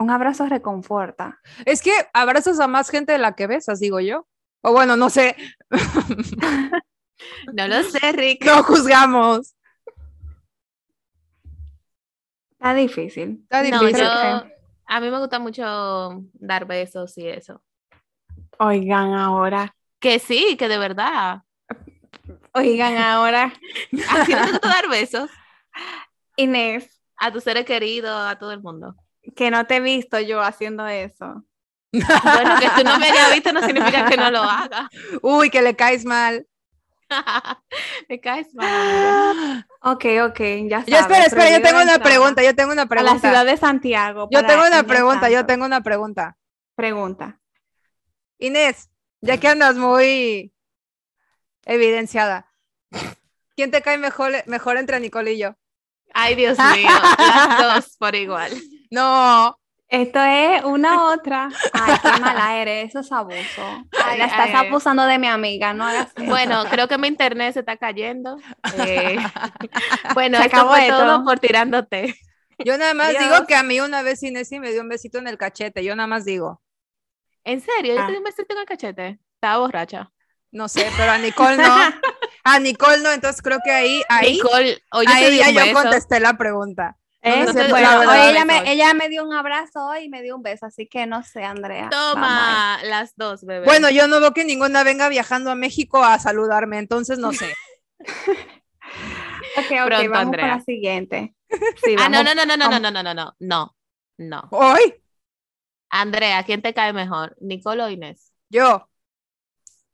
[SPEAKER 1] un abrazo reconforta.
[SPEAKER 2] Es que abrazas a más gente de la que besas, digo yo. O bueno, no sé, [laughs]
[SPEAKER 3] No lo sé, Rick.
[SPEAKER 2] no juzgamos.
[SPEAKER 1] Está difícil.
[SPEAKER 2] Está
[SPEAKER 3] No,
[SPEAKER 2] difícil.
[SPEAKER 3] yo,
[SPEAKER 1] Creo
[SPEAKER 3] a mí me gusta mucho dar besos y eso.
[SPEAKER 1] Oigan ahora,
[SPEAKER 3] Que sí, que de verdad.
[SPEAKER 1] oigan ahora.
[SPEAKER 3] ¿A ti no te gusta dar besos?
[SPEAKER 1] Inés,
[SPEAKER 3] A tus seres queridos, a todo el mundo.
[SPEAKER 1] que no te he visto yo haciendo eso.
[SPEAKER 3] Bueno, que tú no me hayas visto no significa que no lo haga. [laughs]
[SPEAKER 2] Uy, que le caes mal.
[SPEAKER 3] me caes mal. amiga.
[SPEAKER 1] Ok, ok, ya
[SPEAKER 2] Ya, espera,
[SPEAKER 1] sabes,
[SPEAKER 2] espera, yo
[SPEAKER 1] Ah, prohibido
[SPEAKER 2] tengo una
[SPEAKER 1] entrar
[SPEAKER 2] pregunta, yo tengo una
[SPEAKER 1] A la
[SPEAKER 2] pregunta.
[SPEAKER 1] ciudad de Santiago.
[SPEAKER 2] Yo
[SPEAKER 1] para
[SPEAKER 2] tengo una
[SPEAKER 1] Inés
[SPEAKER 2] pregunta, yo
[SPEAKER 1] Santos.
[SPEAKER 2] tengo una pregunta.
[SPEAKER 1] Pregunta.
[SPEAKER 2] Inés, ya que andas muy evidenciada, ¿quién te cae mejor, mejor entre Nicole y yo?
[SPEAKER 3] Ay, Dios mío, las dos por igual.
[SPEAKER 2] No,
[SPEAKER 1] Esto es una otra. Ay, qué mala eres, eso es abuso. Ay,
[SPEAKER 3] Ay,
[SPEAKER 1] la estás
[SPEAKER 3] ay.
[SPEAKER 1] abusando de mi amiga, no hagas eso. [laughs]
[SPEAKER 3] Bueno, creo que mi internet se está cayendo. Eh, bueno,
[SPEAKER 1] Se
[SPEAKER 3] esto
[SPEAKER 1] acabó
[SPEAKER 3] fue
[SPEAKER 1] esto.
[SPEAKER 3] todo por tirándote.
[SPEAKER 2] Yo nada más
[SPEAKER 1] Dios.
[SPEAKER 2] digo que a mí una vez Inesi me dio un besito en el cachete. Yo nada más digo.
[SPEAKER 3] ¿En serio? Yo
[SPEAKER 1] Ah.
[SPEAKER 3] te di un besito en el cachete. Estaba borracha.
[SPEAKER 2] No sé, pero a Nicole no. A Nicole no, entonces creo que ahí, ahí,
[SPEAKER 3] Nicole, oye, te
[SPEAKER 2] ahí
[SPEAKER 3] di
[SPEAKER 2] ya
[SPEAKER 3] un
[SPEAKER 2] yo
[SPEAKER 3] beso.
[SPEAKER 2] contesté la pregunta.
[SPEAKER 1] Eh,
[SPEAKER 3] no te-
[SPEAKER 1] bueno,
[SPEAKER 3] no te
[SPEAKER 1] hoy
[SPEAKER 3] doy
[SPEAKER 1] ella,
[SPEAKER 3] beso
[SPEAKER 1] me,
[SPEAKER 3] hoy.
[SPEAKER 1] ella me dio un abrazo hoy y me dio un beso, así que no sé, Andrea. Vamos
[SPEAKER 3] Toma, las dos, bebé.
[SPEAKER 2] Bueno, yo no veo que ninguna venga viajando a México a saludarme, entonces no sé.
[SPEAKER 1] a- Ok, ok,
[SPEAKER 3] Pronto,
[SPEAKER 1] vamos
[SPEAKER 3] Andrea.
[SPEAKER 1] con la siguiente. Sí,
[SPEAKER 3] ah, no,
[SPEAKER 1] vamos-
[SPEAKER 3] no, no, no, no, no,
[SPEAKER 1] vamos.
[SPEAKER 3] no, no, no, no, no, no.
[SPEAKER 2] Hoy,
[SPEAKER 3] Andrea, ¿quién te cae mejor? ¿Nicole o Inés?
[SPEAKER 2] yo,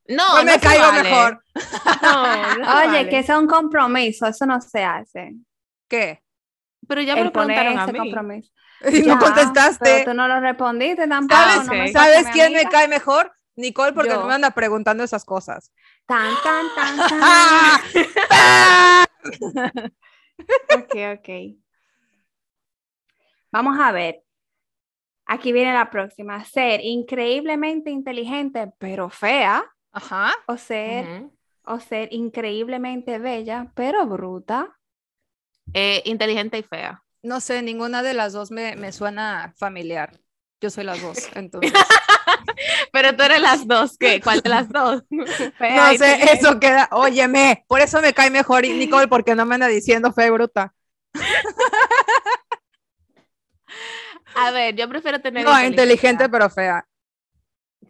[SPEAKER 3] No,
[SPEAKER 2] yo Pues me
[SPEAKER 3] no ¿eh? se
[SPEAKER 2] caigo
[SPEAKER 3] vale.
[SPEAKER 2] mejor.
[SPEAKER 3] [laughs] No, no se
[SPEAKER 1] Oye,
[SPEAKER 3] [laughs] vale.
[SPEAKER 1] que eso es un compromiso, eso no se hace.
[SPEAKER 2] ¿Qué?
[SPEAKER 3] Pero ya me
[SPEAKER 1] El
[SPEAKER 3] lo
[SPEAKER 1] poner
[SPEAKER 3] preguntaron a
[SPEAKER 1] ese
[SPEAKER 3] mí.
[SPEAKER 1] compromiso.
[SPEAKER 2] [laughs] Y no
[SPEAKER 1] Ya,
[SPEAKER 2] contestaste.
[SPEAKER 1] Pero tú no lo respondiste tampoco.
[SPEAKER 2] ¿Sabes,
[SPEAKER 1] no me
[SPEAKER 3] ok.
[SPEAKER 2] ¿sabes
[SPEAKER 1] importa, mi
[SPEAKER 2] quién me
[SPEAKER 1] amiga.
[SPEAKER 2] cae mejor? Nicole, porque
[SPEAKER 3] Yo.
[SPEAKER 2] no me anda preguntando esas cosas. [laughs]
[SPEAKER 1] Tan, tan, tan, tan.
[SPEAKER 2] ¡Ah! ¡Ah!
[SPEAKER 1] Ok, ok. Vamos a ver. Aquí viene la próxima. Ser increíblemente inteligente, pero fea.
[SPEAKER 2] Ajá.
[SPEAKER 1] O ser,
[SPEAKER 3] Ujú.
[SPEAKER 1] o ser increíblemente bella, pero
[SPEAKER 3] [laughs]
[SPEAKER 1] bruta.
[SPEAKER 3] Eh, inteligente y fea.
[SPEAKER 2] No sé, ninguna de las dos me, me suena familiar. Yo soy las [laughs] dos, entonces.
[SPEAKER 3] Pero tú eres las dos, ¿qué? ¿Cuál de las dos?
[SPEAKER 2] No
[SPEAKER 1] Fea y
[SPEAKER 2] sé,
[SPEAKER 1] inteligente.
[SPEAKER 2] eso queda. Óyeme, por eso me cae mejor y Nicole, porque no me anda diciendo fe bruta.
[SPEAKER 3] A ver, yo prefiero tener.
[SPEAKER 2] No, inteligente, pero fea.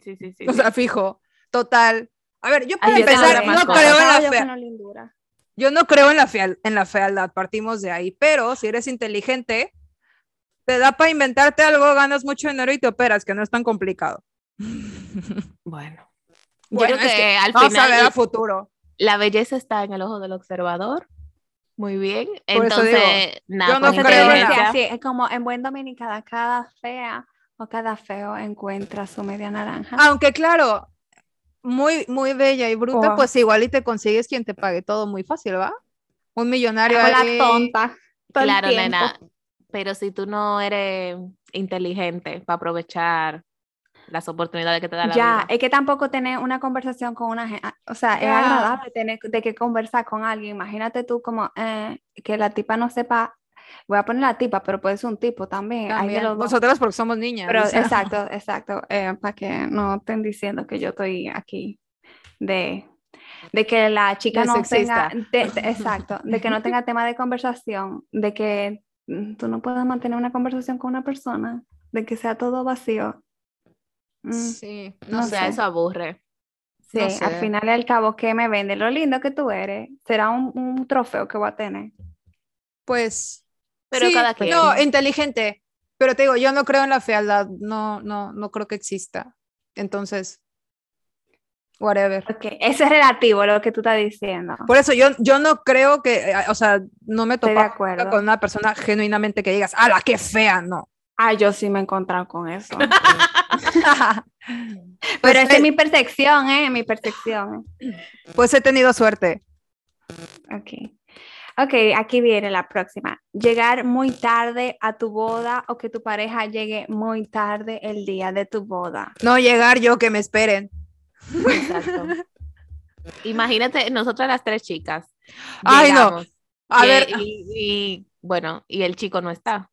[SPEAKER 3] Sí, sí, sí.
[SPEAKER 2] O
[SPEAKER 3] sí.
[SPEAKER 2] sea, fijo. Total. A ver, yo para
[SPEAKER 3] Así es,
[SPEAKER 2] empezar,
[SPEAKER 3] ahora más
[SPEAKER 2] no
[SPEAKER 3] cosas.
[SPEAKER 2] creo en
[SPEAKER 1] Estaba
[SPEAKER 2] la Ah,
[SPEAKER 1] yo
[SPEAKER 2] fea.
[SPEAKER 1] con la lindura.
[SPEAKER 2] Yo no creo en la, feal- en la fealdad, partimos de ahí, pero si eres inteligente, te da para inventarte algo, ganas mucho dinero y te operas, que no es tan complicado.
[SPEAKER 3] Bueno. Yo
[SPEAKER 2] Bueno,
[SPEAKER 3] creo que,
[SPEAKER 2] es que
[SPEAKER 3] al
[SPEAKER 2] Vamos a
[SPEAKER 3] final
[SPEAKER 2] ver a futuro.
[SPEAKER 3] la belleza está en el ojo del observador. Muy bien.
[SPEAKER 2] Por eso digo,
[SPEAKER 3] Entonces, nada,
[SPEAKER 2] yo no
[SPEAKER 3] pues,
[SPEAKER 1] Eso te
[SPEAKER 2] creo en la-
[SPEAKER 1] dice
[SPEAKER 3] inteligencia.
[SPEAKER 1] así, es como en buen dominicana, cada fea o cada feo encuentra su media naranja.
[SPEAKER 2] Aunque claro, muy, muy bella y bruta,
[SPEAKER 1] Wow.
[SPEAKER 2] pues igual y te consigues quien te pague todo muy fácil, ¿va? Un millonario.
[SPEAKER 1] Con
[SPEAKER 2] ahí.
[SPEAKER 1] la tonta. todo el
[SPEAKER 3] Claro,
[SPEAKER 1] tiempo.
[SPEAKER 3] nena. Pero si tú no eres inteligente para aprovechar las oportunidades que te da la
[SPEAKER 1] Ya,
[SPEAKER 3] vida.
[SPEAKER 1] es que tampoco tener una conversación con una gente, o sea, es
[SPEAKER 2] Ya.
[SPEAKER 1] agradable tener de que conversar con alguien. Imagínate tú como eh, que la tipa no sepa, voy a poner la tipa, pero puede ser un tipo también. hay de
[SPEAKER 2] También.
[SPEAKER 1] los dos.
[SPEAKER 2] Nosotras porque somos niñas.
[SPEAKER 1] Pero
[SPEAKER 2] o sea,
[SPEAKER 1] exacto, exacto, para que no estén diciendo que yo estoy aquí de, de que la chica
[SPEAKER 2] De
[SPEAKER 1] no
[SPEAKER 2] sexista.
[SPEAKER 1] tenga, de-
[SPEAKER 2] [laughs]
[SPEAKER 1] de- exacto, de que no tenga tema de conversación, de que mm, tú no puedas mantener una conversación con una persona, de que sea todo vacío. Mm.
[SPEAKER 2] Sí,
[SPEAKER 1] no
[SPEAKER 2] no,
[SPEAKER 3] o sea,
[SPEAKER 2] sé.
[SPEAKER 1] sé.
[SPEAKER 3] eso aburre.
[SPEAKER 1] Sí,
[SPEAKER 2] No
[SPEAKER 1] al
[SPEAKER 2] sé.
[SPEAKER 1] final y al cabo, ¿qué me vende? Lo lindo que tú eres. Será un, un trofeo que voy a tener.
[SPEAKER 2] Pues.
[SPEAKER 3] Pero
[SPEAKER 2] sí,
[SPEAKER 3] cada quien.
[SPEAKER 2] No, inteligente. Pero te digo, yo no creo en la fealdad. No, no, no creo que exista. Entonces, whatever.
[SPEAKER 1] Ok, eso es relativo lo que tú estás diciendo.
[SPEAKER 2] Por eso yo, yo no creo que, eh, o sea, no me
[SPEAKER 1] Estoy de
[SPEAKER 2] topa
[SPEAKER 1] acuerdo.
[SPEAKER 2] con una persona genuinamente que digas, ¡ala, qué fea! No.
[SPEAKER 1] Ah, yo sí me he encontrado con
[SPEAKER 2] [laughs]
[SPEAKER 1] eso.
[SPEAKER 2] Pues,
[SPEAKER 1] Pero esa es
[SPEAKER 2] eh,
[SPEAKER 1] mi percepción, ¿eh? Mi percepción.
[SPEAKER 2] pues he tenido suerte.
[SPEAKER 1] Ok. Ok, aquí viene la próxima. Llegar muy tarde a tu boda o que tu pareja llegue muy tarde el día de tu boda.
[SPEAKER 2] No llegar yo, que me esperen. [laughs]
[SPEAKER 3] Exacto. Imagínate, nosotras las tres chicas.
[SPEAKER 2] Ay, no.
[SPEAKER 3] llegamos
[SPEAKER 2] A
[SPEAKER 3] y-
[SPEAKER 2] ver,
[SPEAKER 3] Y, y, bueno, y el chico no está.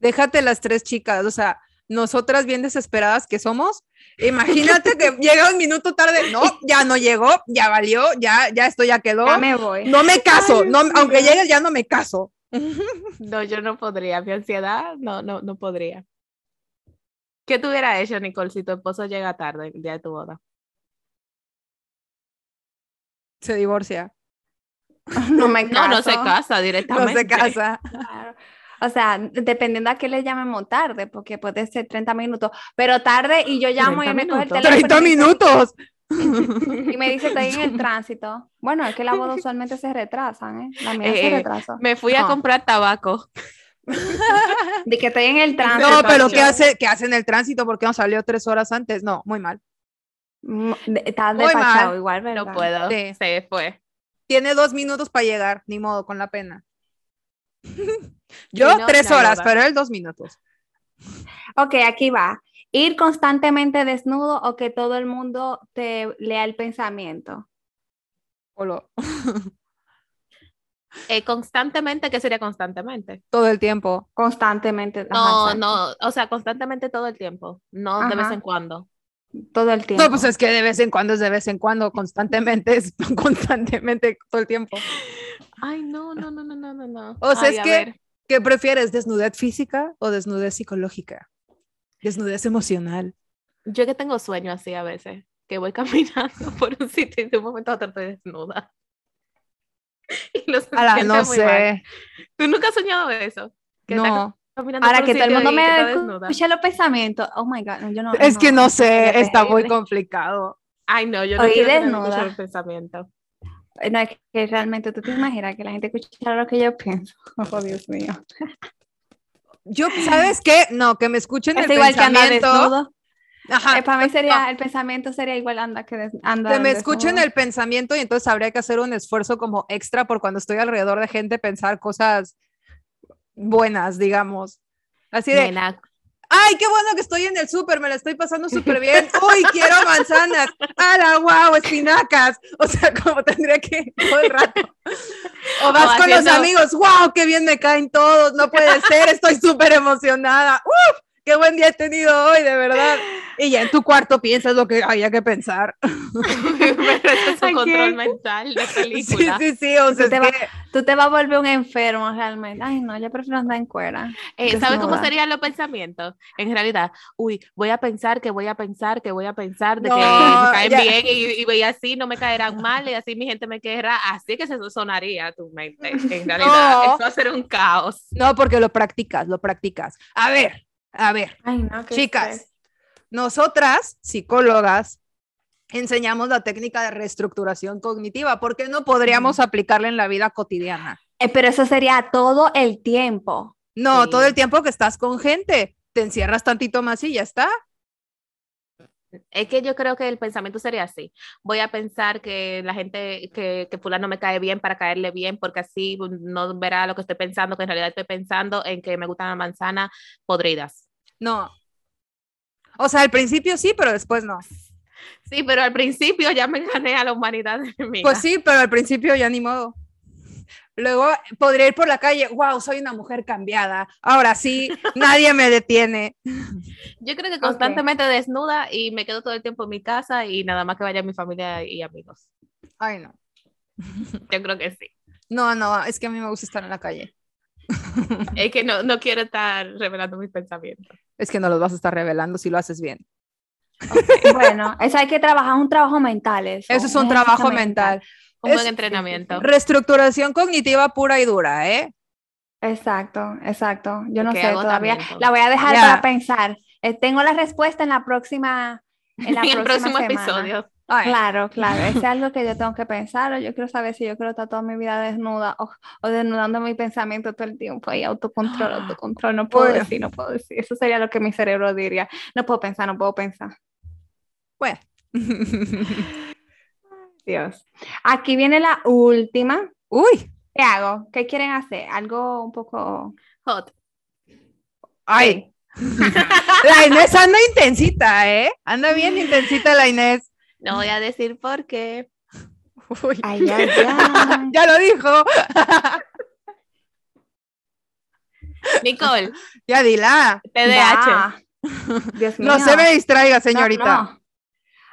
[SPEAKER 2] déjate las tres chicas, o sea, nosotras bien desesperadas que somos, imagínate que llega un minuto tarde, no, ya no llegó, ya valió, ya, ya esto ya quedó,
[SPEAKER 1] Ya me voy.
[SPEAKER 2] no me caso,
[SPEAKER 3] Ay,
[SPEAKER 2] no,
[SPEAKER 3] Dios
[SPEAKER 2] aunque
[SPEAKER 3] mío.
[SPEAKER 2] llegue ya no me caso.
[SPEAKER 3] [laughs] No, yo no podría. Mi ansiedad, no, no, no podría. ¿Qué te hubiera hecho, Nicole, si tu esposo llega tarde el día de tu boda?
[SPEAKER 2] Se divorcia,
[SPEAKER 1] [laughs] No me
[SPEAKER 3] No, no se
[SPEAKER 1] caso.
[SPEAKER 3] casa
[SPEAKER 2] no
[SPEAKER 3] directamente.
[SPEAKER 2] se casa.
[SPEAKER 1] Claro. O sea, dependiendo a qué le llamemos tarde, porque puede ser 30 minutos, pero tarde y yo llamo y
[SPEAKER 3] 30
[SPEAKER 1] él me coge el
[SPEAKER 3] minutos.
[SPEAKER 1] teléfono y
[SPEAKER 2] 30
[SPEAKER 1] me dice-
[SPEAKER 2] minutos.
[SPEAKER 1] Y me dice, estoy en
[SPEAKER 3] [laughs]
[SPEAKER 1] el tránsito. Bueno, es que las bodas usualmente se retrasan, ¿eh? La mía se
[SPEAKER 3] Eh,
[SPEAKER 1] retrasa.
[SPEAKER 3] Me fui a
[SPEAKER 2] Ah.
[SPEAKER 3] comprar tabaco.
[SPEAKER 1] De que estoy en el tránsito.
[SPEAKER 2] No, pero
[SPEAKER 1] chico.
[SPEAKER 2] ¿qué hace, qué hace en el tránsito? ¿Por qué no salió tres horas antes? No, muy mal.
[SPEAKER 1] Mm, de- Estás
[SPEAKER 2] Muy mal.
[SPEAKER 1] despachado igual, ¿verdad?
[SPEAKER 3] No puedo.
[SPEAKER 2] Sí.
[SPEAKER 3] Se fue.
[SPEAKER 2] Tiene dos minutos para llegar, ni modo, con la pena. Yo
[SPEAKER 3] no,
[SPEAKER 2] tres
[SPEAKER 3] no,
[SPEAKER 2] horas,
[SPEAKER 3] nada.
[SPEAKER 2] pero él dos minutos.
[SPEAKER 1] Ok, aquí va. Ir constantemente desnudo o que todo el mundo te lea el pensamiento.
[SPEAKER 2] O lo-
[SPEAKER 3] Eh, constantemente, ¿qué sería constantemente?
[SPEAKER 2] todo el tiempo.
[SPEAKER 1] Constantemente. ajá,
[SPEAKER 3] No,
[SPEAKER 1] exacto.
[SPEAKER 3] no, o sea, constantemente todo el tiempo, no de vez
[SPEAKER 1] Ajá.
[SPEAKER 3] en cuando.
[SPEAKER 1] Todo el tiempo.
[SPEAKER 2] No, pues es que de vez en cuando es de vez en cuando, constantemente [laughs] es constantemente todo el tiempo.
[SPEAKER 3] Ay, no, no, no, no, no, no, no.
[SPEAKER 2] O sea,
[SPEAKER 3] Ay,
[SPEAKER 2] es
[SPEAKER 3] a
[SPEAKER 2] que-
[SPEAKER 3] ver.
[SPEAKER 2] ¿Qué prefieres, desnudez física o desnudez psicológica? Desnudez emocional.
[SPEAKER 3] Yo que tengo sueño así a veces, que voy [laughs] caminando por un sitio y de un momento a otro estoy desnuda. [laughs] Y lo
[SPEAKER 1] Pues
[SPEAKER 2] Ahora,
[SPEAKER 3] siento
[SPEAKER 2] Ah, no
[SPEAKER 3] muy mal.
[SPEAKER 2] sé.
[SPEAKER 3] ¿Tú nunca has soñado eso? Que estás
[SPEAKER 2] No,
[SPEAKER 3] caminando
[SPEAKER 1] Ahora
[SPEAKER 3] por
[SPEAKER 1] que
[SPEAKER 3] un
[SPEAKER 1] todo el
[SPEAKER 3] sitio
[SPEAKER 1] mundo
[SPEAKER 3] y que estás
[SPEAKER 1] me
[SPEAKER 3] desnuda.
[SPEAKER 1] escucha los pensamientos. Oh my God, no, yo no.
[SPEAKER 2] es que no sé,
[SPEAKER 1] sería
[SPEAKER 2] está muy
[SPEAKER 1] terrible.
[SPEAKER 2] complicado.
[SPEAKER 3] Ay, no, yo no
[SPEAKER 1] Oí
[SPEAKER 3] quiero tener
[SPEAKER 1] desnuda.
[SPEAKER 3] mucho el pensamiento.
[SPEAKER 1] No, es que realmente tú te imaginas que la gente escucha lo que yo pienso. [laughs] Oh, Dios mío.
[SPEAKER 2] Yo, ¿sabes qué? No, que me escuchen
[SPEAKER 1] Es
[SPEAKER 2] el
[SPEAKER 1] igual que andar
[SPEAKER 2] pensamiento.
[SPEAKER 1] desnudo.
[SPEAKER 2] Ajá,
[SPEAKER 1] Eh, para mí sería, el pensamiento sería igual anda que des- andar
[SPEAKER 2] que me
[SPEAKER 1] desnudo.
[SPEAKER 2] escuchen el pensamiento y entonces habría que hacer un esfuerzo como extra por cuando estoy alrededor de gente pensar cosas buenas, digamos. Así de,
[SPEAKER 3] Nena,
[SPEAKER 2] ay, qué bueno que estoy en el súper, me la estoy pasando súper bien. Uy, quiero manzanas. ¡Hala, wow, espinacas! O sea, como tendría que todo el rato. O vas con los
[SPEAKER 3] haciendo-
[SPEAKER 2] amigos, wow, qué bien me caen todos, no puede ser, estoy súper emocionada. ¡Uf! ¡Qué buen día he tenido hoy, de verdad! Y ya en tu cuarto piensas lo que había que pensar. [laughs]
[SPEAKER 3] pero eso es [laughs] un
[SPEAKER 1] Aquí.
[SPEAKER 3] control mental de
[SPEAKER 2] Sí,
[SPEAKER 3] película.
[SPEAKER 2] sí, sí, o sea,
[SPEAKER 1] Te
[SPEAKER 2] es
[SPEAKER 1] va-
[SPEAKER 2] que-
[SPEAKER 1] Tú te vas a volver un enfermo realmente. Ay, no, yo prefiero andar en cuera.
[SPEAKER 3] Eh, ¿Sabe cómo
[SPEAKER 1] Desnuda.
[SPEAKER 3] serían los pensamientos? En realidad, uy, voy a pensar que voy a pensar que voy a pensar de
[SPEAKER 2] No,
[SPEAKER 3] que me caen
[SPEAKER 2] ya.
[SPEAKER 3] bien y, y, y así no me caerán mal y así mi gente me querrá. Así que se sonaría tu mente.
[SPEAKER 2] [laughs]
[SPEAKER 3] En realidad,
[SPEAKER 2] No.
[SPEAKER 3] eso va a ser un caos.
[SPEAKER 2] No, porque lo practicas, lo practicas. A ver, a ver,
[SPEAKER 1] Ay, no, qué
[SPEAKER 2] Chicas,
[SPEAKER 1] estrés.
[SPEAKER 2] nosotras, psicólogas, enseñamos la técnica de reestructuración cognitiva. ¿Por qué no podríamos aplicarla en la vida cotidiana?
[SPEAKER 1] Eh, pero eso sería todo el tiempo.
[SPEAKER 2] No,
[SPEAKER 3] Sí.
[SPEAKER 2] todo el tiempo que estás con gente, te encierras tantito más y ya está.
[SPEAKER 3] Es que yo creo que el pensamiento sería así. Voy a pensar que la gente, que, que fulano me cae bien para caerle bien, porque así no verá lo que estoy pensando, que en realidad estoy pensando en que me gustan las manzanas podridas.
[SPEAKER 2] No. O sea, al principio sí, pero después no.
[SPEAKER 3] Sí, pero al principio ya me gané a la humanidad enemiga.
[SPEAKER 2] Pues sí, pero al principio ya ni modo. Luego podría ir por la calle, wow, soy una mujer cambiada. Ahora sí, nadie me detiene.
[SPEAKER 3] Yo creo que constantemente desnuda y me quedo todo el tiempo en mi casa y nada más que vaya mi familia y amigos.
[SPEAKER 2] Ay, no.
[SPEAKER 3] Yo creo que sí.
[SPEAKER 2] No, no, es que a mí me gusta estar en la calle.
[SPEAKER 3] Es que no, no quiero estar revelando mis pensamientos.
[SPEAKER 2] Es que no los vas a estar revelando si lo haces bien.
[SPEAKER 1] Bueno, eso hay que trabajar, un trabajo mental. Eso,
[SPEAKER 2] Eso es un
[SPEAKER 1] ejercicio
[SPEAKER 2] trabajo mental.
[SPEAKER 3] Como
[SPEAKER 2] Es-
[SPEAKER 3] en entrenamiento.
[SPEAKER 2] Reestructuración cognitiva pura y dura, ¿eh?
[SPEAKER 1] Exacto, exacto. Yo no
[SPEAKER 3] Ok,
[SPEAKER 1] sé todavía.
[SPEAKER 3] agotamiento.
[SPEAKER 1] La voy a dejar
[SPEAKER 2] Ya.
[SPEAKER 1] para pensar. Eh, tengo la respuesta en la próxima. [laughs] En,
[SPEAKER 3] [laughs]
[SPEAKER 1] la
[SPEAKER 3] en el
[SPEAKER 1] próxima
[SPEAKER 3] próximo
[SPEAKER 1] semana.
[SPEAKER 3] episodio.
[SPEAKER 2] Ay,
[SPEAKER 1] Claro, claro. Es algo que yo tengo que pensar. o Yo quiero saber si yo quiero estar toda mi vida desnuda o, o desnudando mi pensamiento todo el tiempo. Y autocontrol, autocontrol. No puedo
[SPEAKER 2] Bueno.
[SPEAKER 1] decir, no puedo decir. Eso sería lo que mi cerebro diría. No puedo pensar, no puedo pensar.
[SPEAKER 2] bueno. [laughs]
[SPEAKER 1] Dios. Aquí viene la última.
[SPEAKER 2] Uy,
[SPEAKER 1] ¿Qué hago? ¿Qué quieren hacer? Algo un poco.
[SPEAKER 3] Hot.
[SPEAKER 2] ay. [laughs] La Inés anda intensita, ¿eh? Anda bien intensita la Inés.
[SPEAKER 3] No voy a decir por qué.
[SPEAKER 2] Uy,
[SPEAKER 1] Ay, ay,
[SPEAKER 2] [laughs]
[SPEAKER 1] ay.
[SPEAKER 2] ya lo dijo.
[SPEAKER 3] Nicole,
[SPEAKER 2] Ya dila.
[SPEAKER 3] TDAH.
[SPEAKER 1] Va. Dios mío.
[SPEAKER 2] No se me distraiga,
[SPEAKER 1] No,
[SPEAKER 2] señorita.
[SPEAKER 1] no.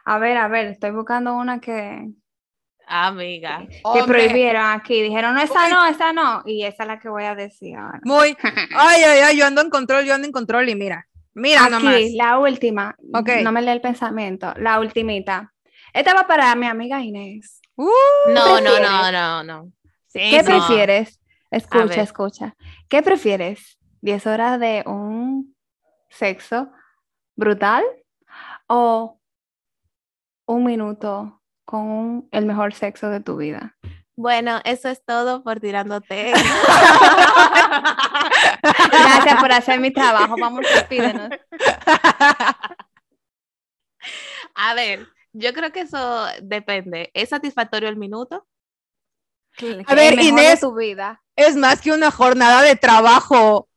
[SPEAKER 1] A ver, a ver, estoy buscando una que,
[SPEAKER 3] Amiga.
[SPEAKER 1] que
[SPEAKER 2] Hombre,
[SPEAKER 1] prohibieron aquí. Dijeron, no, esa
[SPEAKER 2] Uy.
[SPEAKER 1] no, esa no. Y esa es la que voy a decir ahora. [laughs]
[SPEAKER 2] Muy. Ay, ay, ay, yo ando en control, yo ando en control y mira. Mira nomás.
[SPEAKER 1] Aquí, la última.
[SPEAKER 2] Ok.
[SPEAKER 1] No me lee el pensamiento. La ultimita. Esta va para mi amiga Inés.
[SPEAKER 2] Uh,
[SPEAKER 3] No, no, no,
[SPEAKER 1] prefieres?
[SPEAKER 3] no, no.
[SPEAKER 2] sí,
[SPEAKER 1] ¿Qué
[SPEAKER 2] sí.
[SPEAKER 3] pref-
[SPEAKER 1] prefieres? Escucha,
[SPEAKER 3] ver.
[SPEAKER 1] escucha. ¿Qué prefieres? ¿10 horas de un sexo brutal o un minuto con un- el mejor sexo de tu vida?
[SPEAKER 3] Bueno, eso es todo por tirándote. [laughs]
[SPEAKER 1] Gracias por hacer mi trabajo. Vamos, despídenos.
[SPEAKER 3] A ver, yo creo que eso depende. ¿Es satisfactorio el minuto?
[SPEAKER 1] Que
[SPEAKER 2] ver,
[SPEAKER 1] el mejor
[SPEAKER 2] Inés.
[SPEAKER 1] De tu vida.
[SPEAKER 2] Es más que una jornada de trabajo.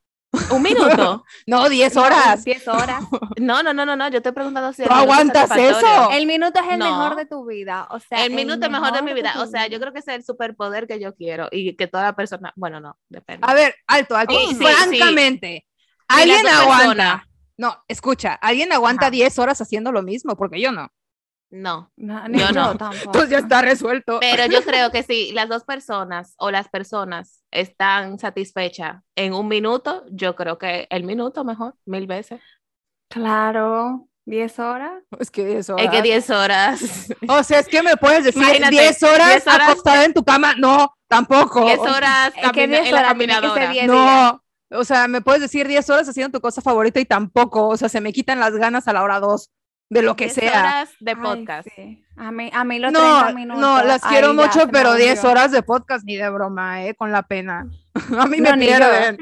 [SPEAKER 3] Un minuto.
[SPEAKER 2] No, 10 horas.
[SPEAKER 1] 10 [laughs] horas.
[SPEAKER 3] No, no, no, no, no. Yo estoy preguntando si el
[SPEAKER 2] ¿Tú
[SPEAKER 3] minuto es
[SPEAKER 2] aguantas eso?
[SPEAKER 3] satisfactorio.
[SPEAKER 1] El minuto es el
[SPEAKER 3] No.
[SPEAKER 1] mejor de tu vida. O sea,
[SPEAKER 3] El minuto mejor, de mi vida.
[SPEAKER 1] tu
[SPEAKER 3] O sea, yo creo que ese es el superpoder que yo quiero y que toda persona. Bueno, no, depende.
[SPEAKER 2] A ver, alto, alto.
[SPEAKER 3] Sí, sí,
[SPEAKER 2] Francamente,
[SPEAKER 3] Si las
[SPEAKER 2] ¿alguien
[SPEAKER 3] dos
[SPEAKER 2] aguanta?
[SPEAKER 3] personas-
[SPEAKER 2] No, escucha, ¿alguien aguanta
[SPEAKER 3] Ajá.
[SPEAKER 2] 10 horas haciendo lo mismo? Porque yo no.
[SPEAKER 3] No.
[SPEAKER 1] No, ni
[SPEAKER 3] Yo
[SPEAKER 1] [laughs] yo
[SPEAKER 3] no.
[SPEAKER 1] tampoco.
[SPEAKER 2] Entonces ya está resuelto.
[SPEAKER 3] Pero yo creo que si las dos personas o las personas están satisfechas en un minuto, yo creo que el minuto mejor, mil veces.
[SPEAKER 1] Claro, 10 horas.
[SPEAKER 2] Es que 10 horas.
[SPEAKER 3] Es que 10 [laughs] horas.
[SPEAKER 2] O sea, es que me puedes decir
[SPEAKER 3] Imagínate,
[SPEAKER 2] 10 horas,
[SPEAKER 3] 10 horas.
[SPEAKER 2] acostada en tu cama. No, tampoco.
[SPEAKER 3] 10 horas
[SPEAKER 1] Es que
[SPEAKER 3] camina-
[SPEAKER 1] 10 horas tiene
[SPEAKER 3] en la
[SPEAKER 1] que ser
[SPEAKER 3] caminadora.
[SPEAKER 1] 10 días.
[SPEAKER 2] No. O sea, me puedes decir 10 horas haciendo tu cosa favorita y tampoco. O sea, se me quitan las ganas a la hora 2 de lo que
[SPEAKER 3] 10
[SPEAKER 2] sea.
[SPEAKER 3] horas de
[SPEAKER 1] Ay,
[SPEAKER 3] podcast.
[SPEAKER 1] sí. A mí, a mí los 30
[SPEAKER 2] este No,
[SPEAKER 1] minutos.
[SPEAKER 2] no, las
[SPEAKER 1] ahí
[SPEAKER 2] quiero
[SPEAKER 1] ya
[SPEAKER 2] mucho,
[SPEAKER 1] se me
[SPEAKER 2] pero 10
[SPEAKER 1] hundió.
[SPEAKER 2] horas de podcast ni de broma, ¿eh? Con la pena. [laughs] A mí
[SPEAKER 1] No,
[SPEAKER 2] me
[SPEAKER 1] ni yo.
[SPEAKER 2] pierden.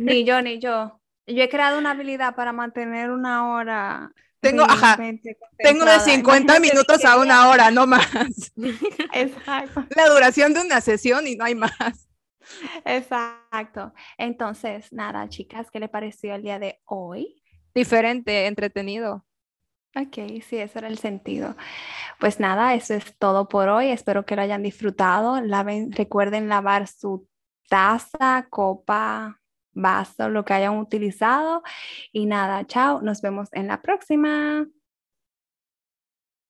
[SPEAKER 1] Ni yo, ni yo. Yo he creado una habilidad para mantener una hora.
[SPEAKER 2] Tengo, ajá,
[SPEAKER 1] realmente
[SPEAKER 2] tengo de
[SPEAKER 1] concentrada.
[SPEAKER 2] 50
[SPEAKER 1] Imagínate
[SPEAKER 2] minutos
[SPEAKER 1] que
[SPEAKER 2] a
[SPEAKER 1] yo-
[SPEAKER 2] una hora, no más.
[SPEAKER 1] [laughs]
[SPEAKER 2] [laughs]
[SPEAKER 1] Exacto.
[SPEAKER 2] La duración de una sesión y no hay más.
[SPEAKER 1] Exacto. Entonces, nada, chicas, ¿qué les pareció el día de hoy?
[SPEAKER 2] Diferente, entretenido.
[SPEAKER 1] Ok, sí, ese era el sentido. Pues nada, eso es todo por hoy. Espero que lo hayan disfrutado. Laven- recuerden lavar su taza, copa, vaso, lo que hayan utilizado. Y nada, chao. Nos vemos en la próxima.